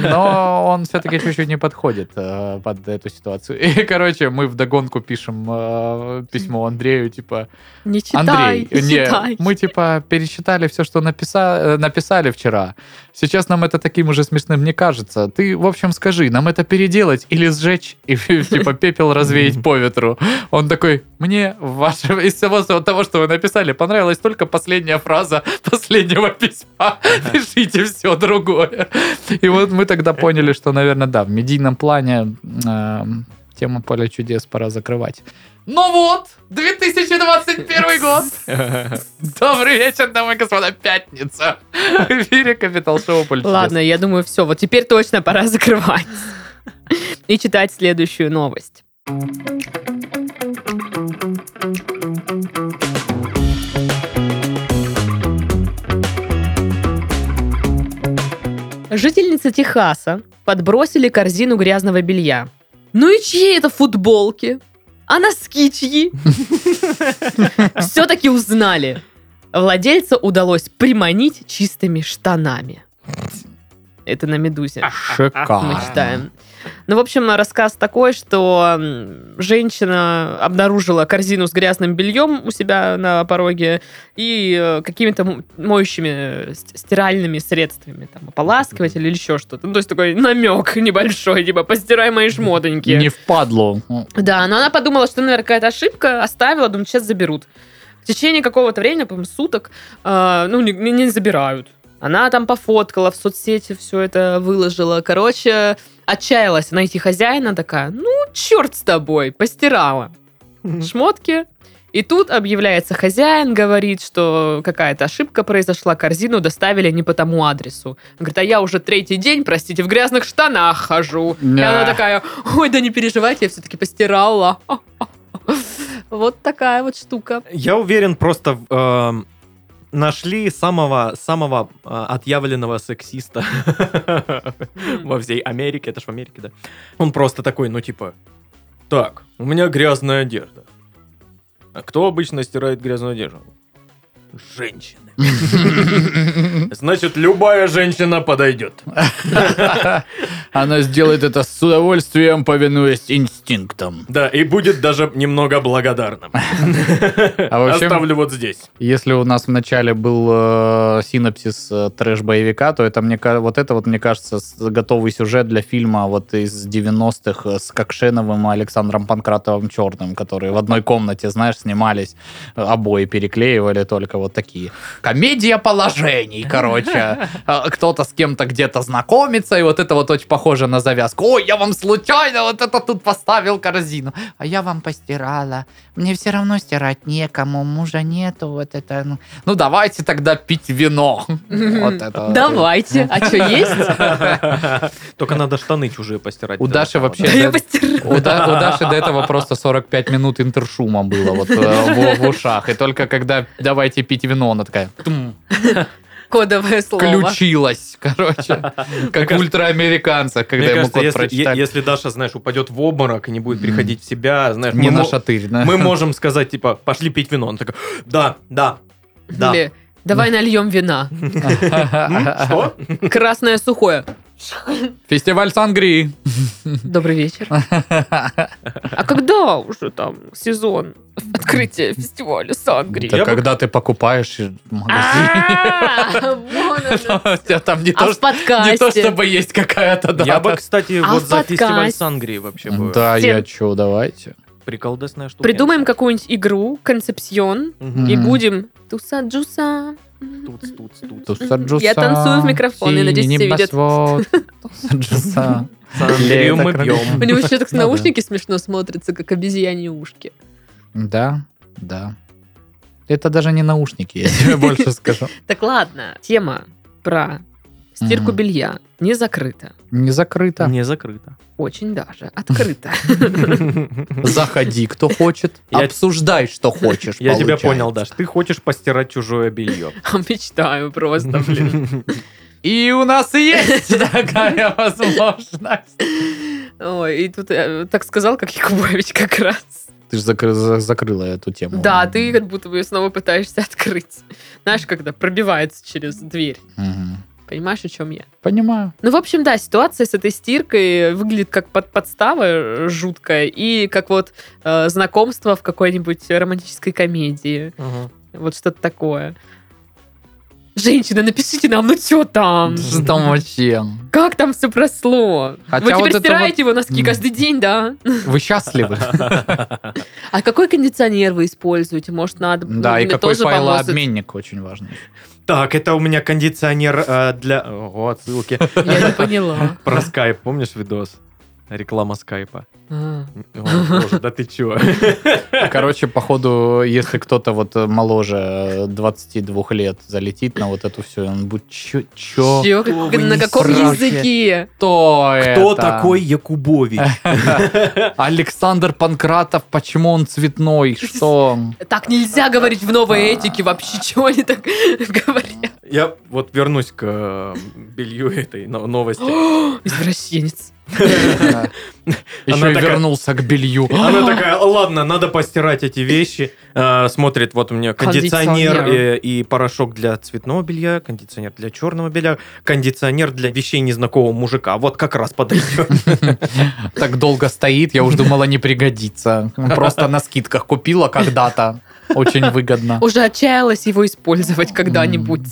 B: но он все-таки чуть-чуть не подходит э, под эту ситуацию. И, короче, мы вдогонку пишем э, письмо Андрею, типа,
A: Не читай,
B: Андрей,
A: не
B: не,
A: читай.
B: мы, типа, пересчитали все, что написа- э, написали вчера. Сейчас нам это таким уже смешным не кажется. Ты, в общем, скажи, нам это переделать или сжечь, и, [laughs] типа, пепел развеять по ветру. Он такой, мне ваше, из всего того, что вы написали, понравилась только последняя фраза [laughs] последнего письма. Пишите все другое. И вот мы тогда поняли, что, наверное, да, в медийном плане э, тему поля чудес пора закрывать. Ну вот, 2021 год. Добрый вечер, дамы и господа, пятница. В эфире Капитал Шоу «Поле чудес».
A: Ладно, я думаю, все. Вот теперь точно пора [laughs] закрывать. И читать следующую новость. Жительницы Техаса подбросили корзину грязного белья. Ну и чьи это футболки? А носки чьи? [laughs] Все-таки узнали. Владельца удалось приманить чистыми штанами. Это на «Медузе» мы
B: Шикарно.
A: читаем. Ну, в общем, рассказ такой, что м, женщина обнаружила корзину с грязным бельем у себя на пороге и э, какими-то м- моющими э, ст- стиральными средствами, там, ополаскиватель или еще что-то. Ну, то есть такой намек небольшой, типа, постирай мои шмотоньки.
B: Не впадло.
A: Да, но она подумала, что, наверное, какая-то ошибка, оставила, думаю, сейчас заберут. В течение какого-то времени, по-моему, суток, э, ну, не, не забирают. Она там пофоткала, в соцсети все это выложила. Короче, отчаялась найти хозяина, такая, ну, черт с тобой, постирала [laughs] шмотки. И тут объявляется хозяин, говорит, что какая-то ошибка произошла, корзину доставили не по тому адресу. Он говорит, а я уже третий день, простите, в грязных штанах хожу. И
B: Да.
A: она такая, ой, да не переживайте, я все-таки постирала. [laughs] Вот такая вот штука.
C: Я уверен, просто эм, нашли самого самого э, отъявленного сексиста во всей Америке. Это ж в Америке, да? Он просто такой, ну типа, так, у меня грязная одежда. А кто обычно стирает грязную одежду? Женщины. Значит, любая женщина подойдет.
B: Она сделает это с удовольствием, повинуясь инстинктам.
C: Да, и будет даже немного благодарным.
B: [laughs] А вообще-
C: Оставлю вот здесь.
B: Если у нас вначале был э, синопсис э, трэш-боевика, то это мне ка- вот это вот мне кажется с- готовый сюжет для фильма вот из 90-х э, с Кокшеновым и Александром Панкратовым Черным, которые в одной комнате, знаешь, снимались, э, обои переклеивали только вот такие. Комедия положений, короче. Э, Кто-то с кем-то где-то знакомится, и вот это вот очень похоже на завязку. Ой, я вам случайно вот это тут поставил корзину. А я вам постирала. Мне все равно стирать некому, мужа нету, вот это. Ну, ну, давайте тогда пить вино. Вот это. вот.
A: Давайте, а что
B: [laughs]
A: есть?
C: Только надо штаны чужие постирать.
B: У Даши вообще
A: Да я
B: до-
A: постирала.
B: у, Да- у Даши до этого просто 45 минут интершума было вот э, в, в ушах. И только когда давайте пить вино, она такая «Тум»,
A: Кодовое слово.
B: включилась,
C: [laughs]
B: короче. Как ультраамериканца, когда
C: Мне
B: ему
C: кажется,
B: код
C: если, е-
B: прочитали.
C: если Даша, знаешь, упадет в обморок и не будет приходить в себя, знаешь,
B: Не
C: мы,
B: на
C: мо-
B: шатырь, да. [laughs]
C: мы можем сказать, типа, пошли пить вино. Он такой, да, да, да.
A: Или Давай нальем вина.
C: М, Что?
A: Красное
B: [laughs]
A: сухое.
B: Фестиваль Сангрии.
A: Добрый вечер. А когда уже там сезон открытия фестиваля Сангри?
B: Да
C: Я бы-
B: когда ты покупаешь магазин,
A: А,
B: [laughs]
A: вон оно.
B: у тебя там не
A: А
B: то,
A: в
B: что- не то
A: подкасте.
B: чтобы есть какая-то
C: Я
B: дата.
C: бы, кстати,
A: А
C: вот
A: в
C: за
A: подкаст?
C: фестиваль Сангрии вообще бы.
B: Да,
A: Всем-
B: я чё, давайте.
C: Приколдесная штука.
A: Придумаем какую-нибудь игру, концепцион,
C: Мгм.
A: и
B: Мгм.
A: будем Туса джуса.
D: Туц, туц, туц.
A: Я танцую в микрофон, я надеюсь, все видят.
C: [laughs]
B: видят. Лея
D: Сандрею мы
B: так [laughs]
D: пьем.
A: У него еще так
B: Ну да.
A: наушники смешно смотрятся, как обезьяне ушки.
B: Да, да. Это даже не наушники, я тебе больше скажу.
A: Так ладно, тема про стирку
B: Мгм.
A: белья не закрыта.
B: Не закрыто.
C: Не
A: [laughs]
C: закрыто.
A: Очень даже [laughs] открыта.
B: Заходи, кто хочет.
C: Я-
B: Обсуждай, что хочешь.
C: Я тебя
B: получается.
C: понял, Даш. Ты хочешь постирать чужое белье.
A: А Мечтаю просто, [laughs] блин.
C: [laughs]
B: И у нас есть такая возможность.
A: Ой, и тут э, так сказал, как Якубович как раз.
B: Ты же закрыла эту тему.
A: Да, ты как будто бы снова пытаешься [laughs] открыть. Знаешь, когда пробивается через дверь.
B: Мгм.
A: Понимаешь, о чем я?
B: Понимаю.
A: Ну, в общем, да, ситуация с этой стиркой выглядит как под подстава э, жуткая и как вот э, знакомство в какой-нибудь романтической комедии. Вот что-то такое. Женщина, напишите нам, ну что там?
B: Что там вообще?
A: Как там все просло? Вы
B: Хотя
A: теперь
B: А вот это
A: стираете его носки
B: М.
A: каждый день, да?
B: Вы
C: [laughs]
B: счастливы?
A: А какой кондиционер вы используете? Может, надо... ну,
B: Да, и
A: мне
B: какой
A: тоже поможет.
B: файлообменник очень важный.
C: Так, это у меня кондиционер э, для... Ого, отсылки.
A: Я не
B: [laughs]
A: поняла.
C: Про скайп, помнишь видос? Реклама скайпа.
A: А.
C: О, боже, да ты чё?
B: Короче, походу, если кто-то вот э, моложе э, 22 лет залетит на вот эту всю, он будет чё, чё,
A: Чё,
C: Что
A: как-
C: вы
A: на
C: не
A: каком
B: спрашиваете?
A: языке?
B: кто
C: Кто
B: это?
C: такой Якубович?
B: Александр Панкратов, почему он цветной? Что?
A: Так нельзя говорить в новой этике вообще, чего они так [laughs] говорят?
C: [laughs] Я вот вернусь к э, белью этой но- новости.
A: Извращенец.
B: Да. Еще и
C: такая-
B: вернулся к белью.
C: Она такая, ладно, надо постирать эти вещи. Э, Смотрит, вот у меня кондиционер
A: Кондиционер.
C: э, и порошок для цветного белья, кондиционер для черного белья, кондиционер для вещей незнакомого мужика. Вот как раз подойдет.
B: [gasps] Так долго стоит, я уж думала, не пригодится. Просто на скидках купила когда-то. Очень выгодно.
A: Уже отчаялась его использовать когда-нибудь.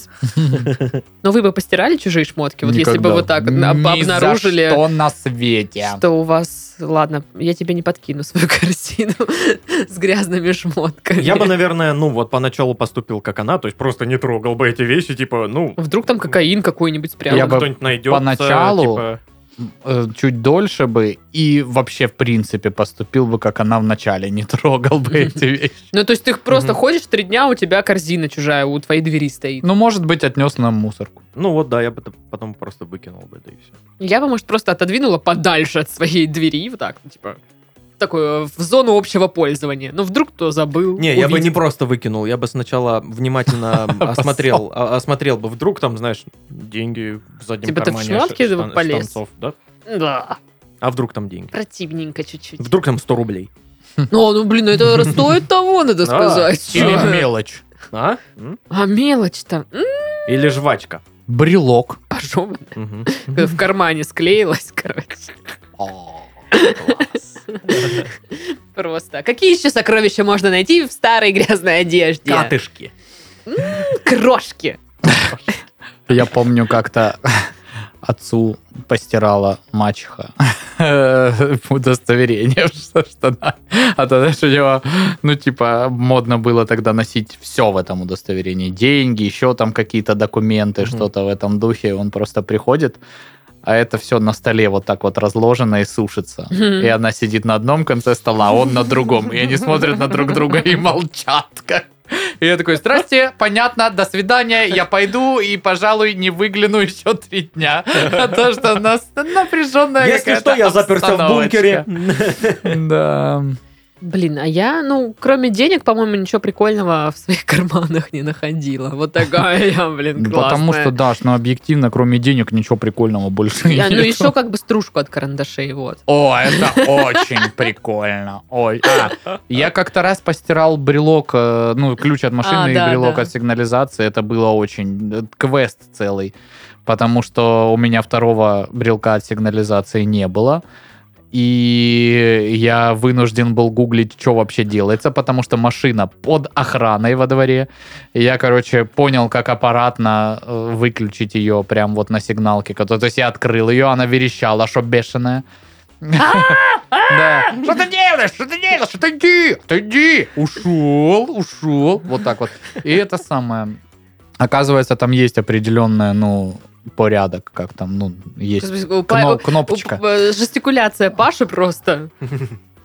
B: [laughs]
A: Но вы бы постирали чужие шмотки, вот если бы
B: Никогда.
A: вот так
B: Ни
A: об-
B: за
A: обнаружили,
B: что на свете.
A: что у вас... Ладно, я тебе не подкину свою [laughs] картину с грязными шмотками.
C: Я бы, наверное, ну вот поначалу поступил как она, то есть просто не трогал бы эти вещи, типа, ну,
A: Вдруг там кокаин какой-нибудь прям.
B: Я бы
C: кто-нибудь типа, найдет.
B: поначалу э, чуть дольше бы и вообще, в принципе, поступил бы, как она в начале, не трогал
C: [laughs]
B: бы эти вещи.
A: Ну, то есть ты просто
C: Мгм.
A: ходишь три дня, у тебя корзина чужая у твоей двери стоит.
B: Ну, может быть, отнес на мусорку.
C: Ну вот, да, я бы это потом просто выкинул бы, да и все.
A: Я бы, может, просто отодвинула подальше от своей двери, вот так, ну, типа, такое, в зону общего пользования. Ну, вдруг кто забыл.
C: Не, я бы не
A: увидел.
C: просто выкинул, я бы сначала [laughs] внимательно осмотрел, а- осмотрел бы, вдруг там, знаешь, деньги в заднем
A: Типа ты в
C: кармане
A: шмотке
C: ш- штан-
A: полез?
C: штанцов, да?
A: Да,
C: А вдруг там деньги?
A: противненько чуть-чуть.
C: Вдруг там 100 рублей.
A: Ну, ну, блин,
C: [laughs]
A: это стоит того, надо
C: Да.
A: сказать.
B: Или мелочь.
C: А? М?
A: А мелочь-то м,
C: Или жвачка.
B: Брелок.
A: пошёл. [laughs]
C: Мгм.
A: в кармане склеилась, [laughs] короче. Просто. Какие еще сокровища можно найти в старой грязной одежде?
C: Катышки.
A: Крошки.
B: Я помню, как-то [laughs] отцу постирала мачеха [laughs] удостоверение, [laughs] что, что она- А то, знаешь, у него, ну, типа, модно было тогда носить все в этом удостоверении. Деньги, еще там какие-то документы,
C: Мгм.
B: что-то в этом духе. Он просто приходит, а это все на столе вот так вот разложено и сушится.
A: Мгм.
B: И она сидит на одном конце стола, а он на другом. И они смотрят на друг друга и молчат. как- И я такой, здрасте, понятно, до свидания, я пойду и, пожалуй, не выгляну еще три дня. А то, что у нас напряженная
C: Если что, я заперся
A: [laughs]
C: в бункере.
B: Да.
A: Блин, а я, ну, кроме денег, по-моему, ничего прикольного в своих [laughs] карманах не находила. Вот такая я, блин, классная.
B: Потому что, Даш, ну, объективно, кроме денег, ничего прикольного больше [laughs]
A: Я, ну,
B: нету.
A: еще как бы стружку от карандашей, вот.
B: О,
A: [laughs]
B: это очень прикольно. Ой, а, я как-то раз постирал брелок, э, ну, ключ от машины
A: А,
B: и
A: да,
B: брелок
A: да.
B: от сигнализации. Это было очень... э, Квест целый. Потому что у меня второго брелка от сигнализации не было. И я вынужден был гуглить, что вообще делается, потому что машина под охраной во дворе. И я, короче, понял, как аппаратно э, выключить ее прям вот на сигналке. которая- То есть я открыл ее, она верещала, что бешеная. Да. Что ты делаешь? Что ты делаешь? Отойди! Отойди! Ушел, ушел. Вот так вот. И это самое. Оказывается, там есть определенная, ну, порядок, как там, ну, есть кно- кнопочка.
A: Жестикуляция Паши просто.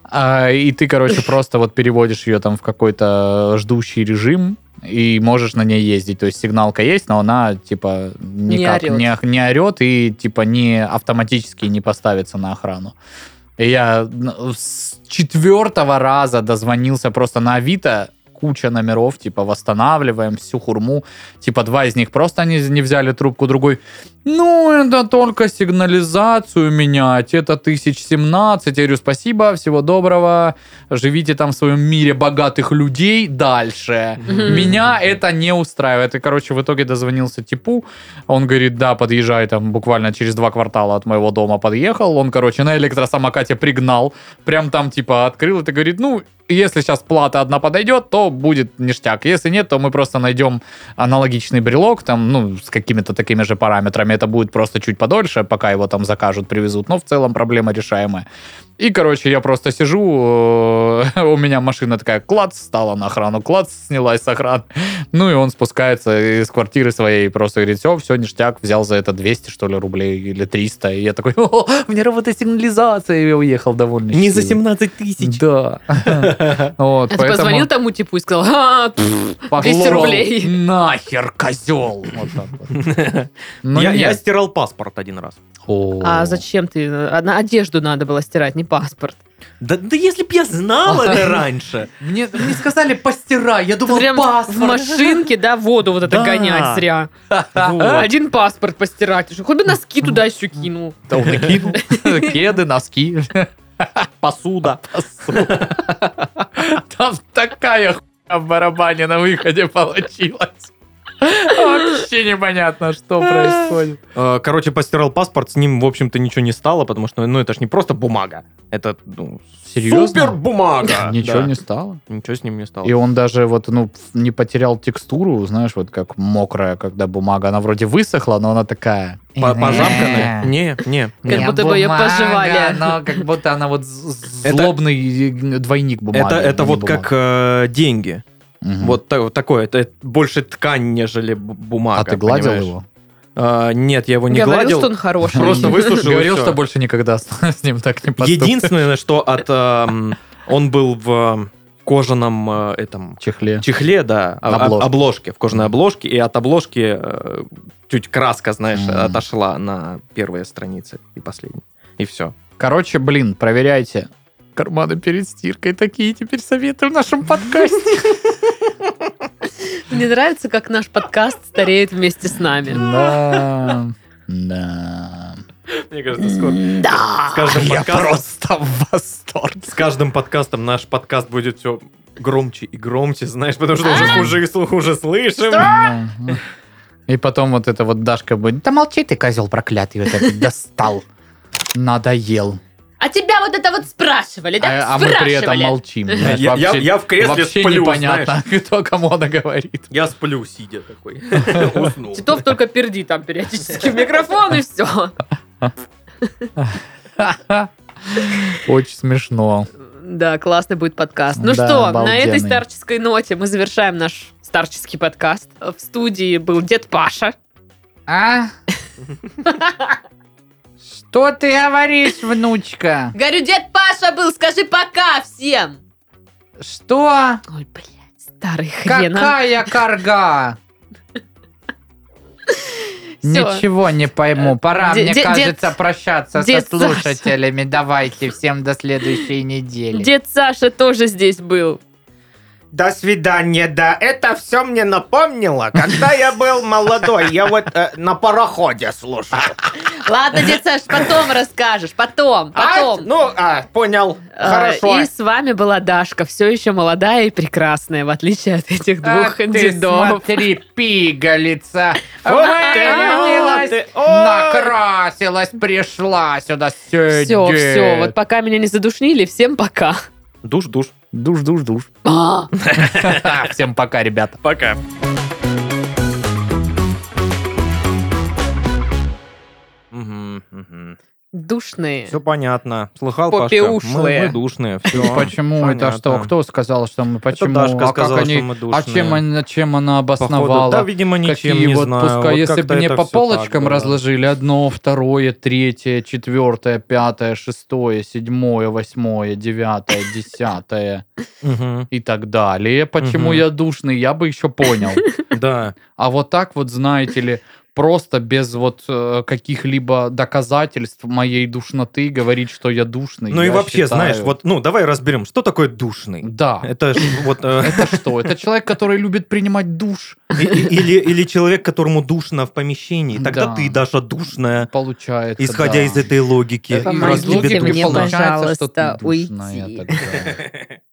B: А, и ты, короче, просто вот переводишь ее там в какой-то ждущий режим и можешь на ней ездить. То есть сигналка есть, но она, типа, никак
A: орёт.
B: не, не орет и, типа, не автоматически не поставится на охрану. И я ну, с четвертого раза дозвонился просто на Авито, куча номеров, типа, восстанавливаем всю хурму. Типа, два из них просто они не взяли трубку, другой, ну, это только сигнализацию менять, это 1017. Я говорю, спасибо, всего доброго, живите там в своем мире богатых людей дальше.
A: Мгм.
B: Меня это не устраивает. И, короче, в итоге дозвонился типу. Он говорит, да, подъезжай там буквально через два квартала от моего дома подъехал. Он, короче, на электросамокате пригнал. Прям там, типа, открыл. Это говорит, ну, если сейчас плата одна подойдет, то будет ништяк. Если нет, то мы просто найдем аналогичный брелок, там, ну, с какими-то такими же параметрами. Это будет просто чуть подольше, пока его там закажут, привезут. Но в целом проблема решаемая. И, короче, я просто сижу, э, [laughs] у меня машина такая, клац, стала на охрану, клац, снялась с охраны. Ну, и он спускается из квартиры своей и просто говорит, все, все, ништяк, взял за это 200, что ли, рублей или 300. И я такой, [laughs] о, у меня работает сигнализация, и я уехал довольно
C: Не за
B: счастливый.
C: 17 тысяч.
B: Да. [laughs] Вот,
A: А ты
B: поэтому-
A: позвонил тому типу и сказал, «А, пф, 200 рублей.
B: Нахер, козел. Вот так вот. Ну,
C: я, я
B: нет.
C: стирал паспорт один раз.
B: О.
A: а зачем ты? Одна одежду надо было стирать, не паспорт.
C: Да, да если б я
A: [laughs]
C: знал это раньше.
B: Мне, мне сказали постирай, я думал
A: Прям в машинке, да, воду вот это
C: Да.
A: гонять зря. А,
C: Вот.
A: Один паспорт постирать. Хоть бы носки туда еще кинул.
B: Да он и [laughs] кинул. Кеды, носки. [laughs] Посуда. Там такая хуйня в барабане на выходе получилась. Вообще непонятно, [laughs] что происходит.
C: Э, Короче, постирал паспорт, с ним, в общем-то, ничего не стало, потому что, ну, это ж не просто бумага. Это, ну,
B: Серьезно?
C: супер бумага.
B: [laughs] Ничего не стало.
C: Ничего с ним не стало.
B: И он даже вот, ну, не потерял текстуру, знаешь, вот как мокрая, когда бумага, она вроде высохла, но она такая...
C: По- Пожамканная?
B: э, Не,
C: Не, не.
A: Как
B: не,
A: будто бы её
B: бумага,
A: пожевали.
B: Но как будто она вот з- [laughs]
C: Это-
B: злобный э, двойник бумаги.
C: Это, это
B: не
C: вот
B: бумага.
C: как э, деньги.
B: Мгм.
C: Вот та- вот такое. Это больше ткань, нежели б- бумага.
B: А ты гладил
C: понимаешь?
B: его?
C: Э, нет, я его не
A: Говорил,
C: гладил.
A: что он хороший.
B: [laughs]
C: Просто высушил. и
B: Говорил,
C: всё.
B: что больше никогда с [laughs] с ним так не поступит.
C: Единственное, что от... эм, он был в э, кожаном э, этом
B: Чехле.
C: чехле, да, а- а-
B: Обложке.
C: обложке, в кожаной обложке, и от обложки э, чуть краска, знаешь,
B: Мгм.
C: отошла на первые страницы и последние. И все.
B: Короче, блин, проверяйте. Карманы перед стиркой. Такие теперь советы в нашем
A: [laughs]
B: подкасте.
A: Мне нравится, как наш подкаст стареет вместе с нами.
B: Да. Да.
C: Мне кажется, скоро.
A: Да.
C: С каждым,
B: А, Я
C: подкастом,
B: просто в восторге.
C: с каждым подкастом наш подкаст будет все громче и громче, знаешь, потому что
B: А!
C: уже хуже и слу- хуже слышим.
B: Да. И потом вот это вот Дашка будет, да молчи ты, козел проклятый, вот этот достал, надоел.
A: А тебя вот это вот спрашивали, да?
B: А а мы при этом
A: Спрашивали. [laughs]
B: молчим. знаешь,
C: Я, я-
B: вообще-
C: я в кресле
B: Вообще
C: сплю, знаешь.
B: непонятно, [laughs] кто кому она говорит.
C: Я сплю, сидя такой. [laughs] Уснул.
B: Типа,
A: Титов только перди там периодически в микрофон и все.
B: Очень смешно.
A: Да, классный будет подкаст. Ну
B: Да,
A: что, на
B: обалденный.
A: этой старческой ноте мы завершаем наш старческий подкаст. В студии был дед Паша.
B: А? Что ты говоришь, внучка?
A: Говорю, дед Паша был, скажи пока всем.
B: Что?
A: Ой, блядь, старый а. хрена.
B: карга? Ничего не пойму. Пора,
A: Де-
B: мне
A: де-
B: кажется,
A: дед-
B: прощаться
A: дед
B: со
A: Саша.
B: слушателями. Давайте всем до следующей недели.
A: Дед Саша тоже здесь был.
D: До свидания, да. Это все мне напомнило, когда я был молодой. Я вот э, на пароходе слушал.
A: Ладно, дед [laughs] Саш, потом расскажешь, потом,
D: А,
A: потом.
D: ну, а, понял. Хорошо.
A: А, И с вами была Дашка, все еще молодая и прекрасная, в отличие от этих двух
B: а ты
A: дедов.
B: смотри, пигалица.
D: Вот ты,
B: Вылилась,
D: вот ты. Ой.
B: накрасилась, пришла сюда сидеть.
A: Все, все, вот пока меня не задушнили, всем пока.
C: Душ, душ.
B: Душ, душ, душ.
A: А.
B: [laughs] Всем пока, ребята.
C: Пока. Мгм, мгм.
A: душные.
C: Все понятно. Слыхал, Пашка? Мы,
A: Попиушлые.
C: мы душные. Все.
B: Почему
C: понятно.
B: это что? Кто сказал, что мы почему?
C: Дашка
B: а
C: сказала,
B: как они?
C: что мы душные.
B: а чем, она- чем она
C: Походу,
B: обосновала?
C: да, видимо, ничем
B: Какие
C: не
B: вот
C: знаю.
B: пускай,
C: Вот
B: если
C: как-то
B: бы мне
C: это
B: по
C: всё так
B: полочкам
C: было.
B: разложили одно, второе, третье, четвертое, пятое, шестое, седьмое, восьмое, девятое, десятое [laughs]
C: Мгм.
B: и так далее. Почему
C: Мгм.
B: я душный, я бы еще понял.
C: Да.
B: А вот так вот, знаете ли, просто без вот э, каких-либо доказательств моей душноты говорить, что я душный.
C: Ну и
B: я
C: вообще,
B: считаю-
C: знаешь, вот, ну, давай разберем, что такое душный.
B: Да.
C: [laughs] Это ж вот... э,
B: Это что? Это человек, который любит принимать душ,
C: и- и- Или или человек, которому душно в помещении. Тогда
B: Да.
C: ты, Даша, душная,
B: получается.
C: исходя
B: да.
C: из этой логики.
B: И
C: И
A: Помогите
C: раз тебе
B: разлуки
A: мне,
C: душно.
B: получается, что ты
A: пожалуйста,
B: душная
A: уйти.
B: тогда.